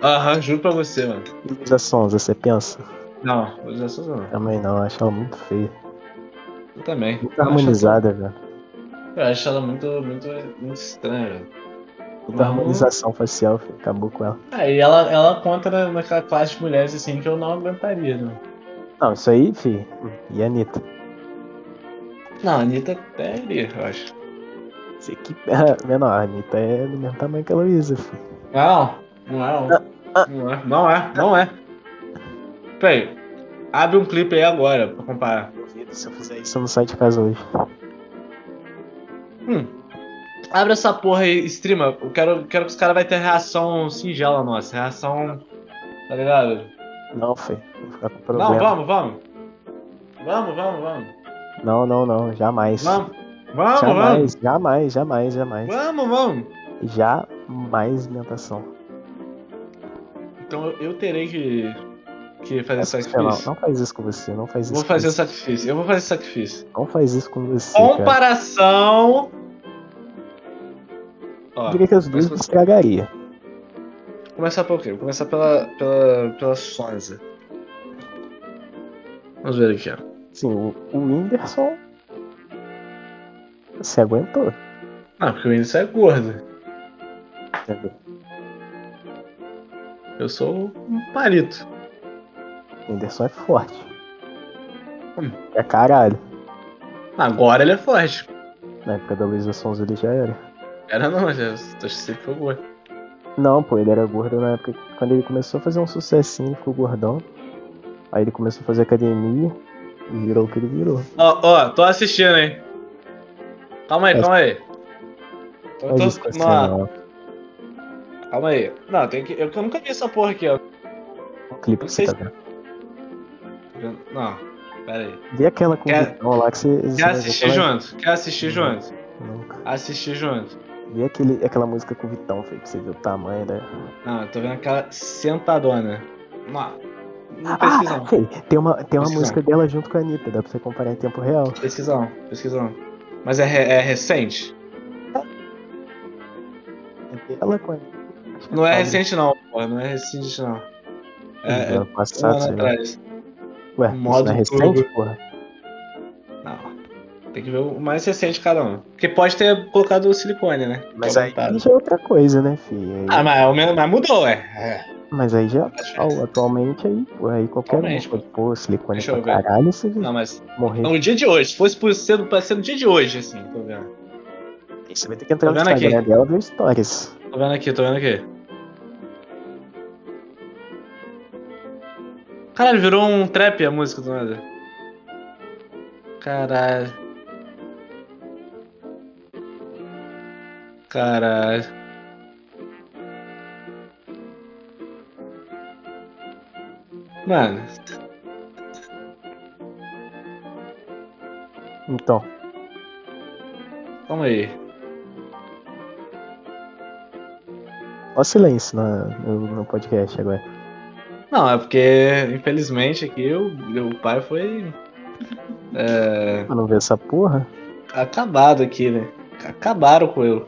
S1: Aham, juro pra você, mano.
S2: Luísa Sonza, você pensa?
S1: Não, vou usar suas não.
S2: Também não, eu acho ela muito feia.
S1: Eu também.
S2: Muito harmonizada, velho.
S1: Eu acho ela muito, muito, muito estranha, velho.
S2: Muita
S1: Não.
S2: harmonização facial, filho, acabou com ela.
S1: Ah, e ela, ela conta na- naquela classe de mulheres assim que eu não aguentaria, né?
S2: Não, isso aí, fi. E a Anitta?
S1: Não, a Anitta até ali, eu acho.
S2: Isso aqui é menor, a Anitta é do mesmo tamanho que a Luísa, fi.
S1: Não, não é. Não é, não é, não é. Peraí, abre um clipe aí agora pra comparar.
S2: Duvido se eu fizer isso, eu não saio de casa hoje.
S1: Abre essa porra aí, streama. Eu quero, quero que os caras vai ter reação singela nossa, reação. Tá ligado?
S2: Não, fi. Vou ficar com problema.
S1: Não, vamos, vamos. Vamos, vamos, vamos.
S2: Não, não, não, jamais.
S1: Vamos, vamos, vamos.
S2: jamais, jamais, jamais, jamais.
S1: Vamos, vamos.
S2: Jamais inventação.
S1: Então eu, eu terei que, que fazer
S2: Sei lá,
S1: sacrifício.
S2: não faz isso com você, não faz isso
S1: é Vou
S2: com
S1: fazer
S2: você.
S1: sacrifício, eu vou fazer sacrifício.
S2: Não faz isso com você, cara.
S1: Comparação. Ó,
S2: Eu diria que as duas
S1: mas
S2: me
S1: você-
S2: estragaria.
S1: vou começar por quê? Vou começar pela, pela, pela Sonza. Vamos ver aqui, ó.
S2: Sim, o, o Whindersson... Você aguentou.
S1: Ah, porque o Whindersson é gordo.
S2: entendeu?
S1: Eu sou um palito.
S2: O Whindersson é forte.
S1: Hum.
S2: É caralho.
S1: Agora ele é forte.
S2: Na época da Luísa Sonza ele já era.
S1: Era não, já tô sempre foi gordo.
S2: Não, pô, ele era gordo na época. que- Quando ele começou a fazer um sucessinho, ele ficou gordão. Aí ele começou a fazer academia e virou o que ele virou.
S1: Ó, ó, tô assistindo, hein. Calma aí,
S2: Mas-
S1: calma aí. Tô,
S2: Faz isso com
S1: tô,
S2: você,
S1: não,
S2: não.
S1: Calma aí. Não, tem que. Eu, eu nunca vi essa porra aqui, ó.
S2: O clipe
S1: Não
S2: que
S1: sei
S2: você tá vendo.
S1: Eu- Não, pera aí.
S2: Vê aquela convidão lá que você. você
S1: Quer
S2: vai
S1: assistir
S2: falar,
S1: junto? Quer assistir
S2: Não.
S1: junto?
S2: Nunca.
S1: Assistir junto.
S2: Vê aquele, aquela música com o Vitão, feio, pra você ver o tamanho né? da.
S1: Não, eu tô vendo aquela sentadona. Não, não pesquisa
S2: Ah,
S1: não.
S2: sei, tem uma, tem uma
S1: Pesquisão.
S2: música dela junto com a Anitta, dá pra você comparar em tempo real.
S1: Pesquisa não, pesquisa não. Mas é, re- é recente?
S2: É dela com a Anitta. acho que
S1: Não é
S2: tá
S1: recente não, porra. Não é recente não.
S2: no
S1: É, é
S2: ano
S1: um
S2: né? passado,
S1: ano
S2: sei lá.
S1: atrás. Um
S2: Ué, isso
S1: Modo
S2: não é recente,
S1: turbo.
S2: porra?
S1: Não. Tem que ver o mais recente de cada um. Porque pode ter colocado o silicone, né?
S2: Mas
S1: Que é
S2: aí
S1: aumentado.
S2: já é outra coisa, né, filho? Aí-
S1: Ah, mas, ao menos- mas mudou, é. é.
S2: mas aí já. ó, atualmente aí, pô, aí qualquer
S1: Atualmente,
S2: um. Pô, silicone
S1: Deixa
S2: pra
S1: eu ver.
S2: caralho, você
S1: Não, mas.
S2: morrer.
S1: Não, o dia de hoje. Se fosse por cedo, pra ser no dia de hoje, assim, tô vendo.
S2: Você vai ter que entrar no
S1: Tá vendo aqui?
S2: Instagram dela e ver stories.
S1: Tô vendo aqui, tô vendo aqui. Caralho, virou um trap a música do nada. Caralho. Caralho. Mano,
S2: Então,
S1: calma aí.
S2: ó, silêncio na- no, no podcast agora.
S1: Não, é porque, infelizmente, aqui o meu pai foi
S2: Eu não ver essa porra.
S1: acabado aqui, né? Acabaram com eu.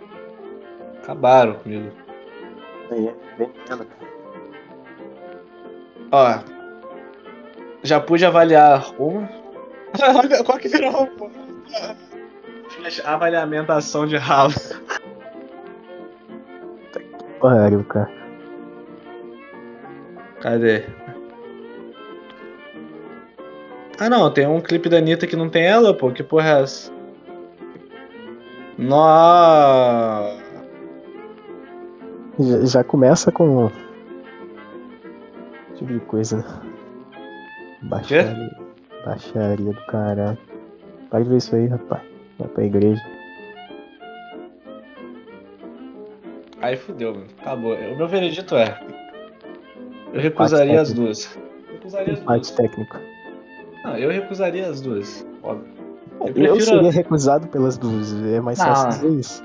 S1: Acabaram comigo.
S2: Aí é veneno, cara.
S1: Ó. Já pude avaliar uma. Qual que virou uma? Avaliamentação de ralo.
S2: Pariu, cara.
S1: Cadê? Ah não, tem um clipe da Anitta que não tem ela, pô. Que porra é essa? Nó!
S2: Já, já começa com. Esse tipo de coisa. Baixaria. Baixaria do caralho. Para de ver isso aí, rapaz. Vai pra igreja.
S1: Aí fudeu, mano. Acabou. O meu veredito é. Eu recusaria as
S2: técnico.
S1: duas. Recusaria as duas.
S2: Empate técnico.
S1: Não, eu recusaria as duas. Óbvio. Eu
S2: Eu,
S1: prefiro-
S2: seria recusado pelas duas. É mais
S1: Não.
S2: fácil dizer isso.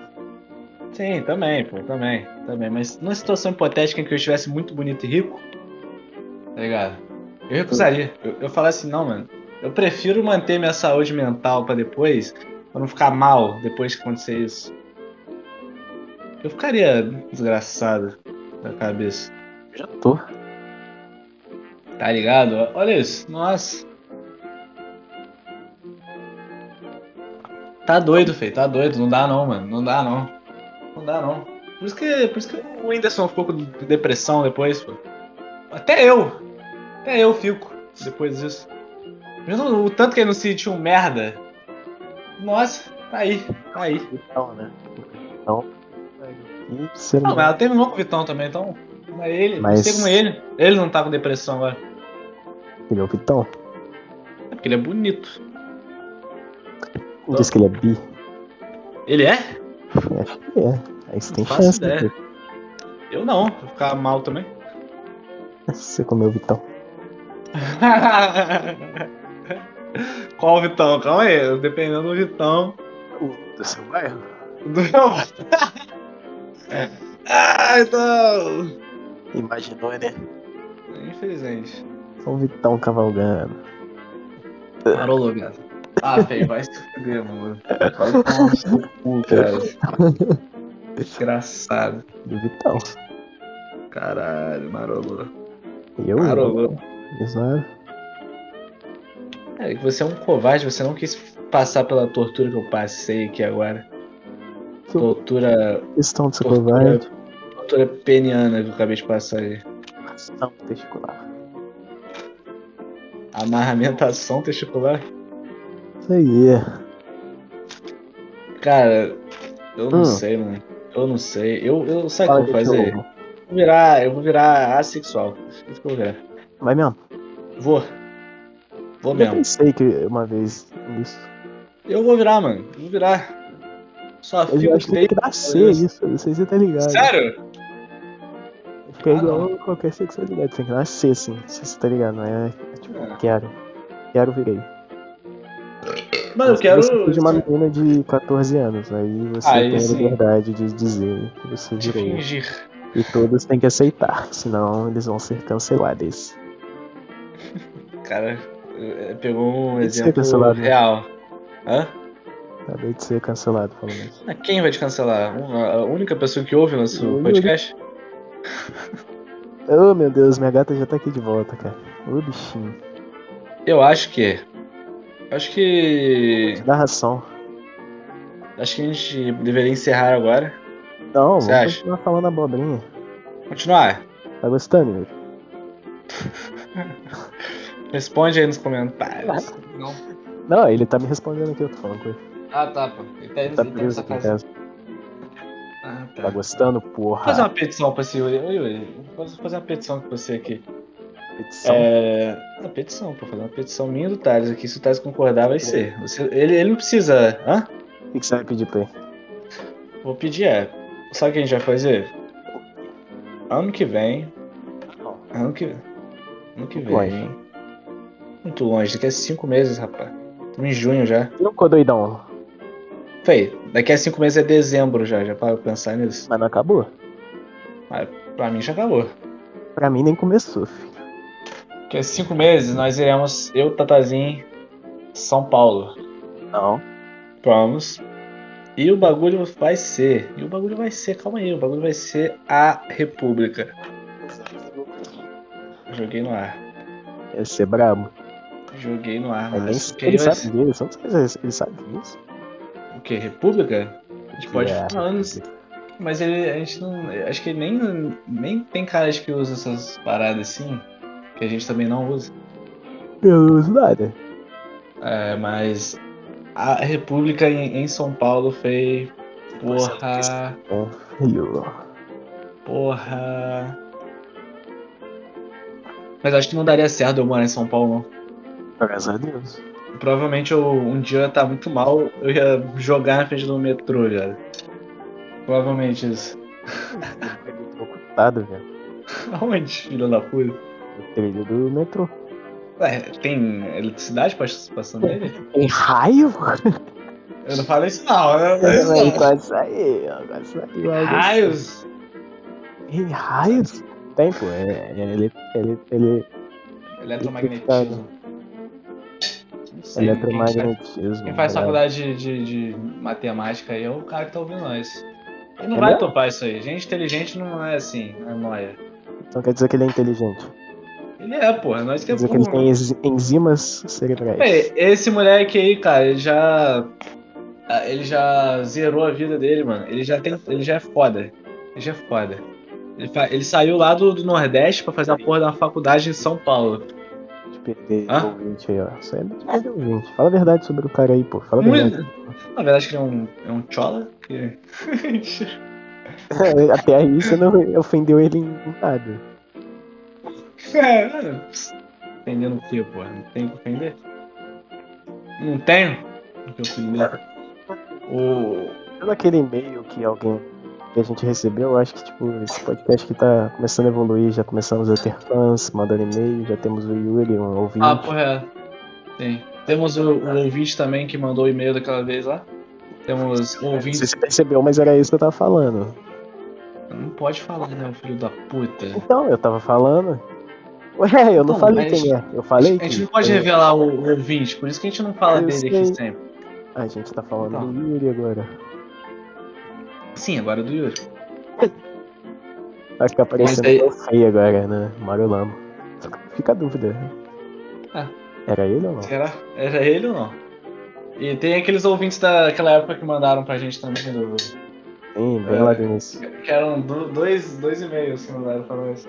S1: Sim, também, pô, também. Também. Mas numa situação hipotética em que eu estivesse muito bonito e rico, tá ligado? Eu recusaria. Eu, eu falaria assim, não, mano. Eu prefiro manter minha saúde mental pra depois, pra não ficar mal depois que acontecer isso. Eu ficaria desgraçado da cabeça.
S2: Já tô.
S1: Tá ligado? Olha isso. Nossa. Tá doido, feio. Tá doido. Não dá não, mano. Não dá não. Não dá não. Por isso que, por isso que o Whindersson ficou com depressão depois, pô. Até eu. Até eu fico depois disso. Mesmo o tanto que ele não se sentiu um merda. Nossa, tá aí. Tá aí.
S2: Então, né? Então. E ser
S1: Não,
S2: humano.
S1: Ah, mas ela terminou com o Vitão também, então... Mas ele,
S2: Mas-
S1: mas... com ele, ele não tá com depressão agora.
S2: Ele é o Vitão.
S1: É porque ele é bonito.
S2: Ele disse que ele é bi.
S1: Ele é?
S2: Acho que é. Aí você tem
S1: faço
S2: chance,
S1: ideia.
S2: né?
S1: Eu não, vou ficar mal também.
S2: Você comeu o Vitão.
S1: Qual o Vitão? Calma aí, dependendo do Vitão.
S2: Do seu bairro?
S1: Do meu. ah, então.
S2: Imaginou, né?
S1: Infelizmente.
S2: Só o Vitão cavalgando.
S1: Parou, gato. Ah, feio, vai se fuder, mano. Vai tomar no seu cu, cara. Desgraçado.
S2: Do Vitão.
S1: Caralho, marolô.
S2: E eu?
S1: Marolô.
S2: Isso não é-
S1: É que você é um covarde, você não quis passar pela tortura que eu passei aqui agora. Tortura
S2: Questão de ser
S1: Tortura.
S2: covarde.
S1: Tortura peniana que eu acabei de passar aí.
S2: Ação testicular.
S1: Amarramentação testicular.
S2: Isso aí.
S1: Cara, eu não
S2: Hum.
S1: sei, mano. Eu não sei. Eu, eu sabe o
S2: Fala
S1: que eu
S2: de
S1: É, vou fazer? Eu
S2: novo.
S1: vou virar, eu vou virar assexual. É Isso que eu vou virar.
S2: Vai mesmo.
S1: Vou. Vou
S2: Eu
S1: mesmo.
S2: pensei que uma vez nisso.
S1: Eu vou virar, mano. Eu vou virar. Só
S2: Eu
S1: fico
S2: acho que tem que dar C isso. Não sei se você tá ligado.
S1: Sério?
S2: Porque é
S1: Ah,
S2: igual a qualquer sexualidade. Tem que dar C, sim. Não sei se você tá ligado. Não é, é tipo,
S1: É.
S2: quero. Quero virei.
S1: Mano, eu
S2: Se
S1: quero.
S2: Você de uma menina de 14 anos. Aí você
S1: Aí
S2: tem a
S1: sim.
S2: liberdade de dizer que você
S1: De
S2: virou.
S1: fingir.
S2: E todos têm que aceitar, senão eles vão ser cancelados.
S1: Cara, eh, eh, pegou um
S2: Tem que ser
S1: exemplo
S2: cancelado, né?
S1: real. Hã?
S2: Acabei de ser cancelado, pelo menos.
S1: Ah, Quem vai te cancelar? Uma- a única pessoa que ouve nosso
S2: Eu, eu,
S1: podcast?
S2: Oh meu Deus, minha gata já tá aqui de volta, cara. Ô bichinho,
S1: Eu acho que. Acho que.
S2: dá ração.
S1: Acho que a gente deveria encerrar agora.
S2: Não,
S1: Você
S2: vamos
S1: acha?
S2: continuar falando abobrinha.
S1: Continuar.
S2: Tá gostando, Yuri?
S1: Responde aí nos comentários.
S2: Não, ele tá me respondendo aqui, eu tô falando com ele.
S1: Ah, tá, pô. Ele tá
S2: Tá
S1: indo
S2: preso aqui em casa.
S1: Ah,
S2: Tá
S1: tá. Vou
S2: gostando,
S1: fazer
S2: porra?
S1: uma petição pra esse Yuri. Ô, Yuri, vou fazer uma petição com você aqui.
S2: Petição.
S1: É. Uma petição, pô. Fazer uma petição minha e do Thales aqui. Se o Thales concordar, vai ser. Você- Ele, ele não precisa. Hã?
S2: O que que você vai pedir pra ele?
S1: Vou pedir, é. Sabe o que a gente vai fazer? Ano que vem. Ano que vem. Ano que
S2: Muito
S1: vem.
S2: longe.
S1: Muito longe, daqui a cinco meses, rapaz. Estamos em junho já.
S2: Não ficou doidão,
S1: Fei, daqui a cinco meses é dezembro já, já para pensar nisso.
S2: mas não acabou.
S1: Pra mim já acabou.
S2: Pra mim nem começou, filho.
S1: Daqui a cinco meses nós iremos, eu, Tatazinho, São Paulo.
S2: Não.
S1: Vamos. E o bagulho vai ser. E o bagulho vai ser, calma aí, o bagulho vai ser a República. Joguei no ar.
S2: Ia ser brabo.
S1: Joguei no ar,
S2: Mas nem
S1: mas.
S2: ele
S1: Que vai
S2: É sabe
S1: ser-
S2: disso. Não sei se ele sabe disso.
S1: O que? República? A gente pode
S2: É.
S1: ficar anos. Mas ele, a gente não. Acho que ele nem, nem tem cara de que usa essas paradas assim. Que a gente também não usa.
S2: Eu não uso nada.
S1: É, mas a República em, em São Paulo foi. Porra.
S2: Ó, Filho.
S1: Porra. Mas acho que não daria certo eu morar em São Paulo,
S2: Graças a Deus.
S1: não. Provavelmente eu, um dia eu ia estar muito mal, eu ia jogar na frente do metrô, velho. Provavelmente isso.
S2: Electrocutado, tá velho.
S1: Aonde, filho da puta?
S2: No trilho do metrô.
S1: Ué, tem eletricidade pass- passando nele?
S2: Em raio?
S1: Eu não falo isso não, eu não falo isso
S2: Aí
S1: não.
S2: quase saiu, quase saiu. algo assim.
S1: Raios!
S2: Em raios? Tem, pô. É, é, ele, ele, ele,
S1: Eletromagnetismo. Não sei,
S2: é
S1: quem faz-
S2: eletromagnetismo.
S1: Quem faz
S2: galera.
S1: faculdade de, de matemática aí é o cara que tá ouvindo nós. Ele não
S2: É
S1: vai
S2: mesmo?
S1: topar isso aí. Gente inteligente não é assim, é nóia.
S2: Então quer dizer que ele é inteligente.
S1: Ele é, porra, nós que
S2: Quer
S1: é
S2: dizer que ele
S1: burro.
S2: tem enzi- enzimas cerebrais.
S1: Ei, Esse moleque aí, cara, ele já. ah, Ele já zerou a vida dele, mano. Ele já tem. Ele já é foda. Ele já é foda. Ele, fa- ele saiu lá do, do Nordeste pra fazer a porra da faculdade em São Paulo.
S2: De perder
S1: Hã?
S2: Tipo, ouvinte aí, ó. Isso aí é verdade, ouvinte. Fala a verdade sobre o cara aí, pô. Fala a
S1: Muito.
S2: verdade.
S1: Na verdade, que ele é um, é um chola. Que...
S2: Até aí você não ofendeu ele em nada.
S1: É, mano, Ofendendo o quê, porra? Não tem o que ofender? Não tenho o que ofender. O.
S2: Pelo aquele e-mail que alguém que a gente recebeu, eu acho que tipo, esse podcast que tá começando a evoluir, já começamos a ter fãs, mandando e-mail, já temos o Yuri, um ouvinte.
S1: Ah, porra. Tem. Temos o, o ouvinte também que mandou o e-mail daquela vez lá. Temos o
S2: não
S1: ouvinte.
S2: sei se você percebeu, mas era isso que eu tava falando.
S1: Não pode falar, né, filho da puta.
S2: Então, eu tava falando. Ué, eu não
S1: Não,
S2: falei
S1: mas-
S2: quem é. Eu falei
S1: A gente
S2: que- é?
S1: não pode revelar o o ouvinte, por isso que a gente não fala
S2: Eu
S1: dele
S2: sei.
S1: aqui sempre.
S2: A gente tá falando
S1: Então.
S2: do Yuri agora.
S1: Sim, agora é do Yuri.
S2: Vai ficar parecendo
S1: aí-
S2: aí... feio agora, né? Mário Lama. Fica a dúvida.
S1: Ah.
S2: Era ele ou não?
S1: Será? Era ele ou não? E tem aqueles ouvintes daquela época que mandaram pra gente também do. É.
S2: Sim, bem lá do início.
S1: Que eram do- dois, dois e-mails que mandaram pra nós.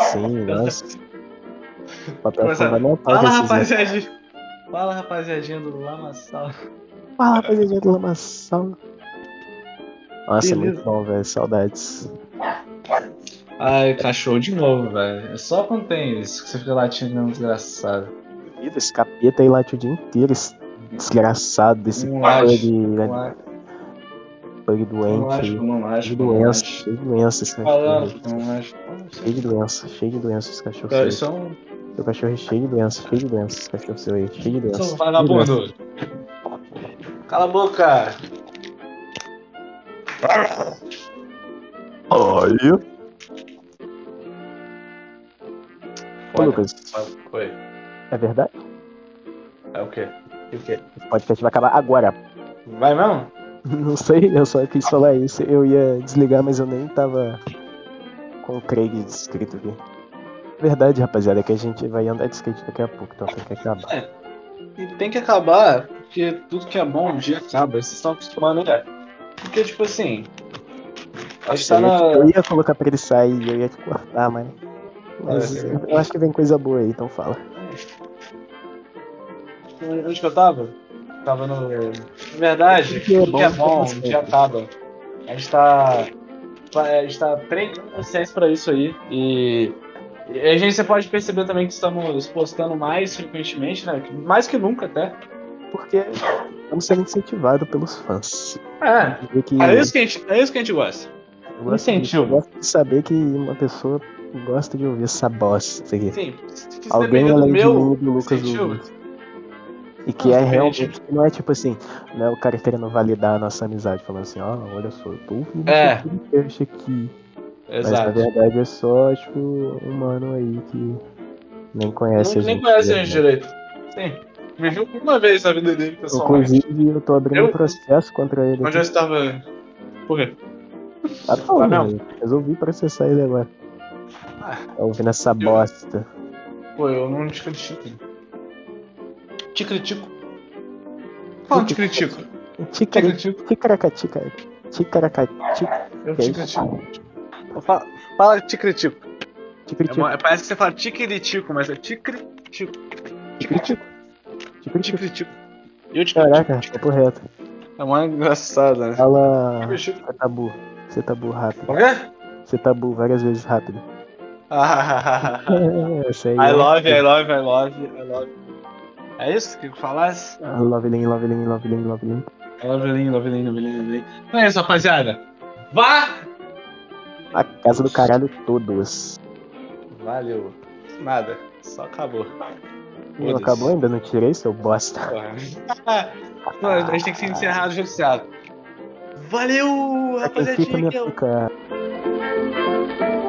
S2: Sim, nossa. Papel
S1: Começar.
S2: fundamental
S1: Fala,
S2: desses
S1: rapaziadinha. Fala, rapaziadinha do Lamaçal.
S2: Fala, rapaziada do Lamaçal. Nossa, é
S1: Beleza.
S2: muito bom, velho. Saudades.
S1: Ai, Ah, é cachorro de novo, velho. É só quando tem isso que você fica latindo, não, desgraçado.
S2: Ih, Esse capeta aí late o dia inteiro. esse Desgraçado desse
S1: Não
S2: bug,
S1: acho, Não
S2: né,
S1: acho,
S2: bug
S1: não
S2: doente é
S1: acho,
S2: aí.
S1: não
S2: Cheio
S1: acho. Não
S2: de doença,
S1: acho.
S2: cheio de doença esse
S1: Falando,
S2: cachorro.
S1: não acho.
S2: Cheio de doença, cheio de doença esse cachorro
S1: Cara,
S2: seu.
S1: Isso é um,
S2: Seu cachorro é cheio de doença, cheio de doença esse cachorro seu aí. Cheio de doença.
S1: isso é um
S2: cheio de doença.
S1: vagabundo. Cala a boca.
S2: Olha. Ô,
S1: Olha.
S2: Lucas,
S1: Oi.
S2: é verdade?
S1: É o quê? E o quê?
S2: Esse podcast vai acabar agora.
S1: Vai mesmo?
S2: Não sei, eu só quis falar isso. Eu ia desligar, mas eu nem tava com o Craig descrito aqui. Verdade, rapaziada, é que a gente vai andar de skate daqui a pouco, então tem que acabar.
S1: E tem que acabar, porque tudo que é bom um dia acaba. Vocês estão acostumados, né? Porque, tipo assim. A gente tá
S2: eu, ia,
S1: na.
S2: eu ia colocar pra ele sair, eu ia te cortar, mas. Mas
S1: É.
S2: eu acho que vem coisa boa aí, então fala.
S1: Onde que eu tava? Tava no. Na verdade,
S2: Que é
S1: tudo que é bom,
S2: bom, que é
S1: um dia acaba. A gente tá. A gente tá treinando vocês pra isso aí. E. e a gente você pode perceber também que estamos postando mais frequentemente, né? Mais que nunca até.
S2: Porque estamos sendo incentivados pelos fãs.
S1: É.
S2: Ver que
S1: É isso que a gente, é isso que a gente gosta.
S2: eu gosto, de,
S1: incentivo.
S2: gosto de saber que uma pessoa gosta de ouvir essa bosta aqui.
S1: Sim, se se
S2: Alguém
S1: depender é do
S2: além de
S1: meu.
S2: mim e do Lucas do
S1: incentivo. Ah,
S2: Lucas. E que
S1: Não,
S2: é
S1: se
S2: realmente, não é tipo assim, não é o cara querendo validar a nossa amizade, falando assim, ó, olha só, eu tô ouvindo
S1: É.
S2: esse podcast aqui. Mas na
S1: Exato.
S2: verdade é só, tipo, um mano aí que nem conhece
S1: Não,
S2: a gente.
S1: nem conhece a
S2: né?
S1: gente direito. Sim. Me viu uma vez na vida dele, pessoalmente.
S2: Inclusive, eu tô abrindo
S1: Eu-
S2: um processo contra ele.
S1: Onde eu estava. Por quê?
S2: Tá bom,
S1: Tá não.
S2: né? Resolvi processar ele agora.
S1: Ah.
S2: Tá ouvindo essa bosta.
S1: Pô, eu não te critico. Te critico. Fala, te critico. Te
S2: Ticari-
S1: critico.
S2: Ticaracatica. Ticaracatica.
S1: Eu
S2: que
S1: te
S2: isso?
S1: critico. Fala, fala te critico. É
S2: Ticaritica.
S1: uma- parece que você fala te critico, mas é te critico.
S2: Ticaritica.
S1: Te
S2: Ticaritica.
S1: critico. Eu te
S2: Caraca,
S1: critico.
S2: papo reto.
S1: É uma engraçada, né?
S2: Fala.
S1: Te critico.
S2: Você tá burro. Você tá burro rápido.
S1: O quê?
S2: Você tabu várias vezes rápido. É, essa aí
S1: I
S2: é-
S1: love, I love, I love, I love. É isso que eu falasse?
S2: Ah, Loveling, Loveling, Loveling, Loveling.
S1: Loveling, Loveling, Loveling, Loveling. Então é isso, rapaziada. Vá!
S2: A casa do caralho todos.
S1: Valeu. Nada. Só acabou.
S2: Não
S1: Foda-se.
S2: acabou ainda? Não tirei, seu bosta.
S1: Porra. Não, a gente tem que ser encerrado judiciado. Valeu,
S2: Pra quem
S1: rapaziadinha.
S2: fica, minha fica.
S1: Valeu!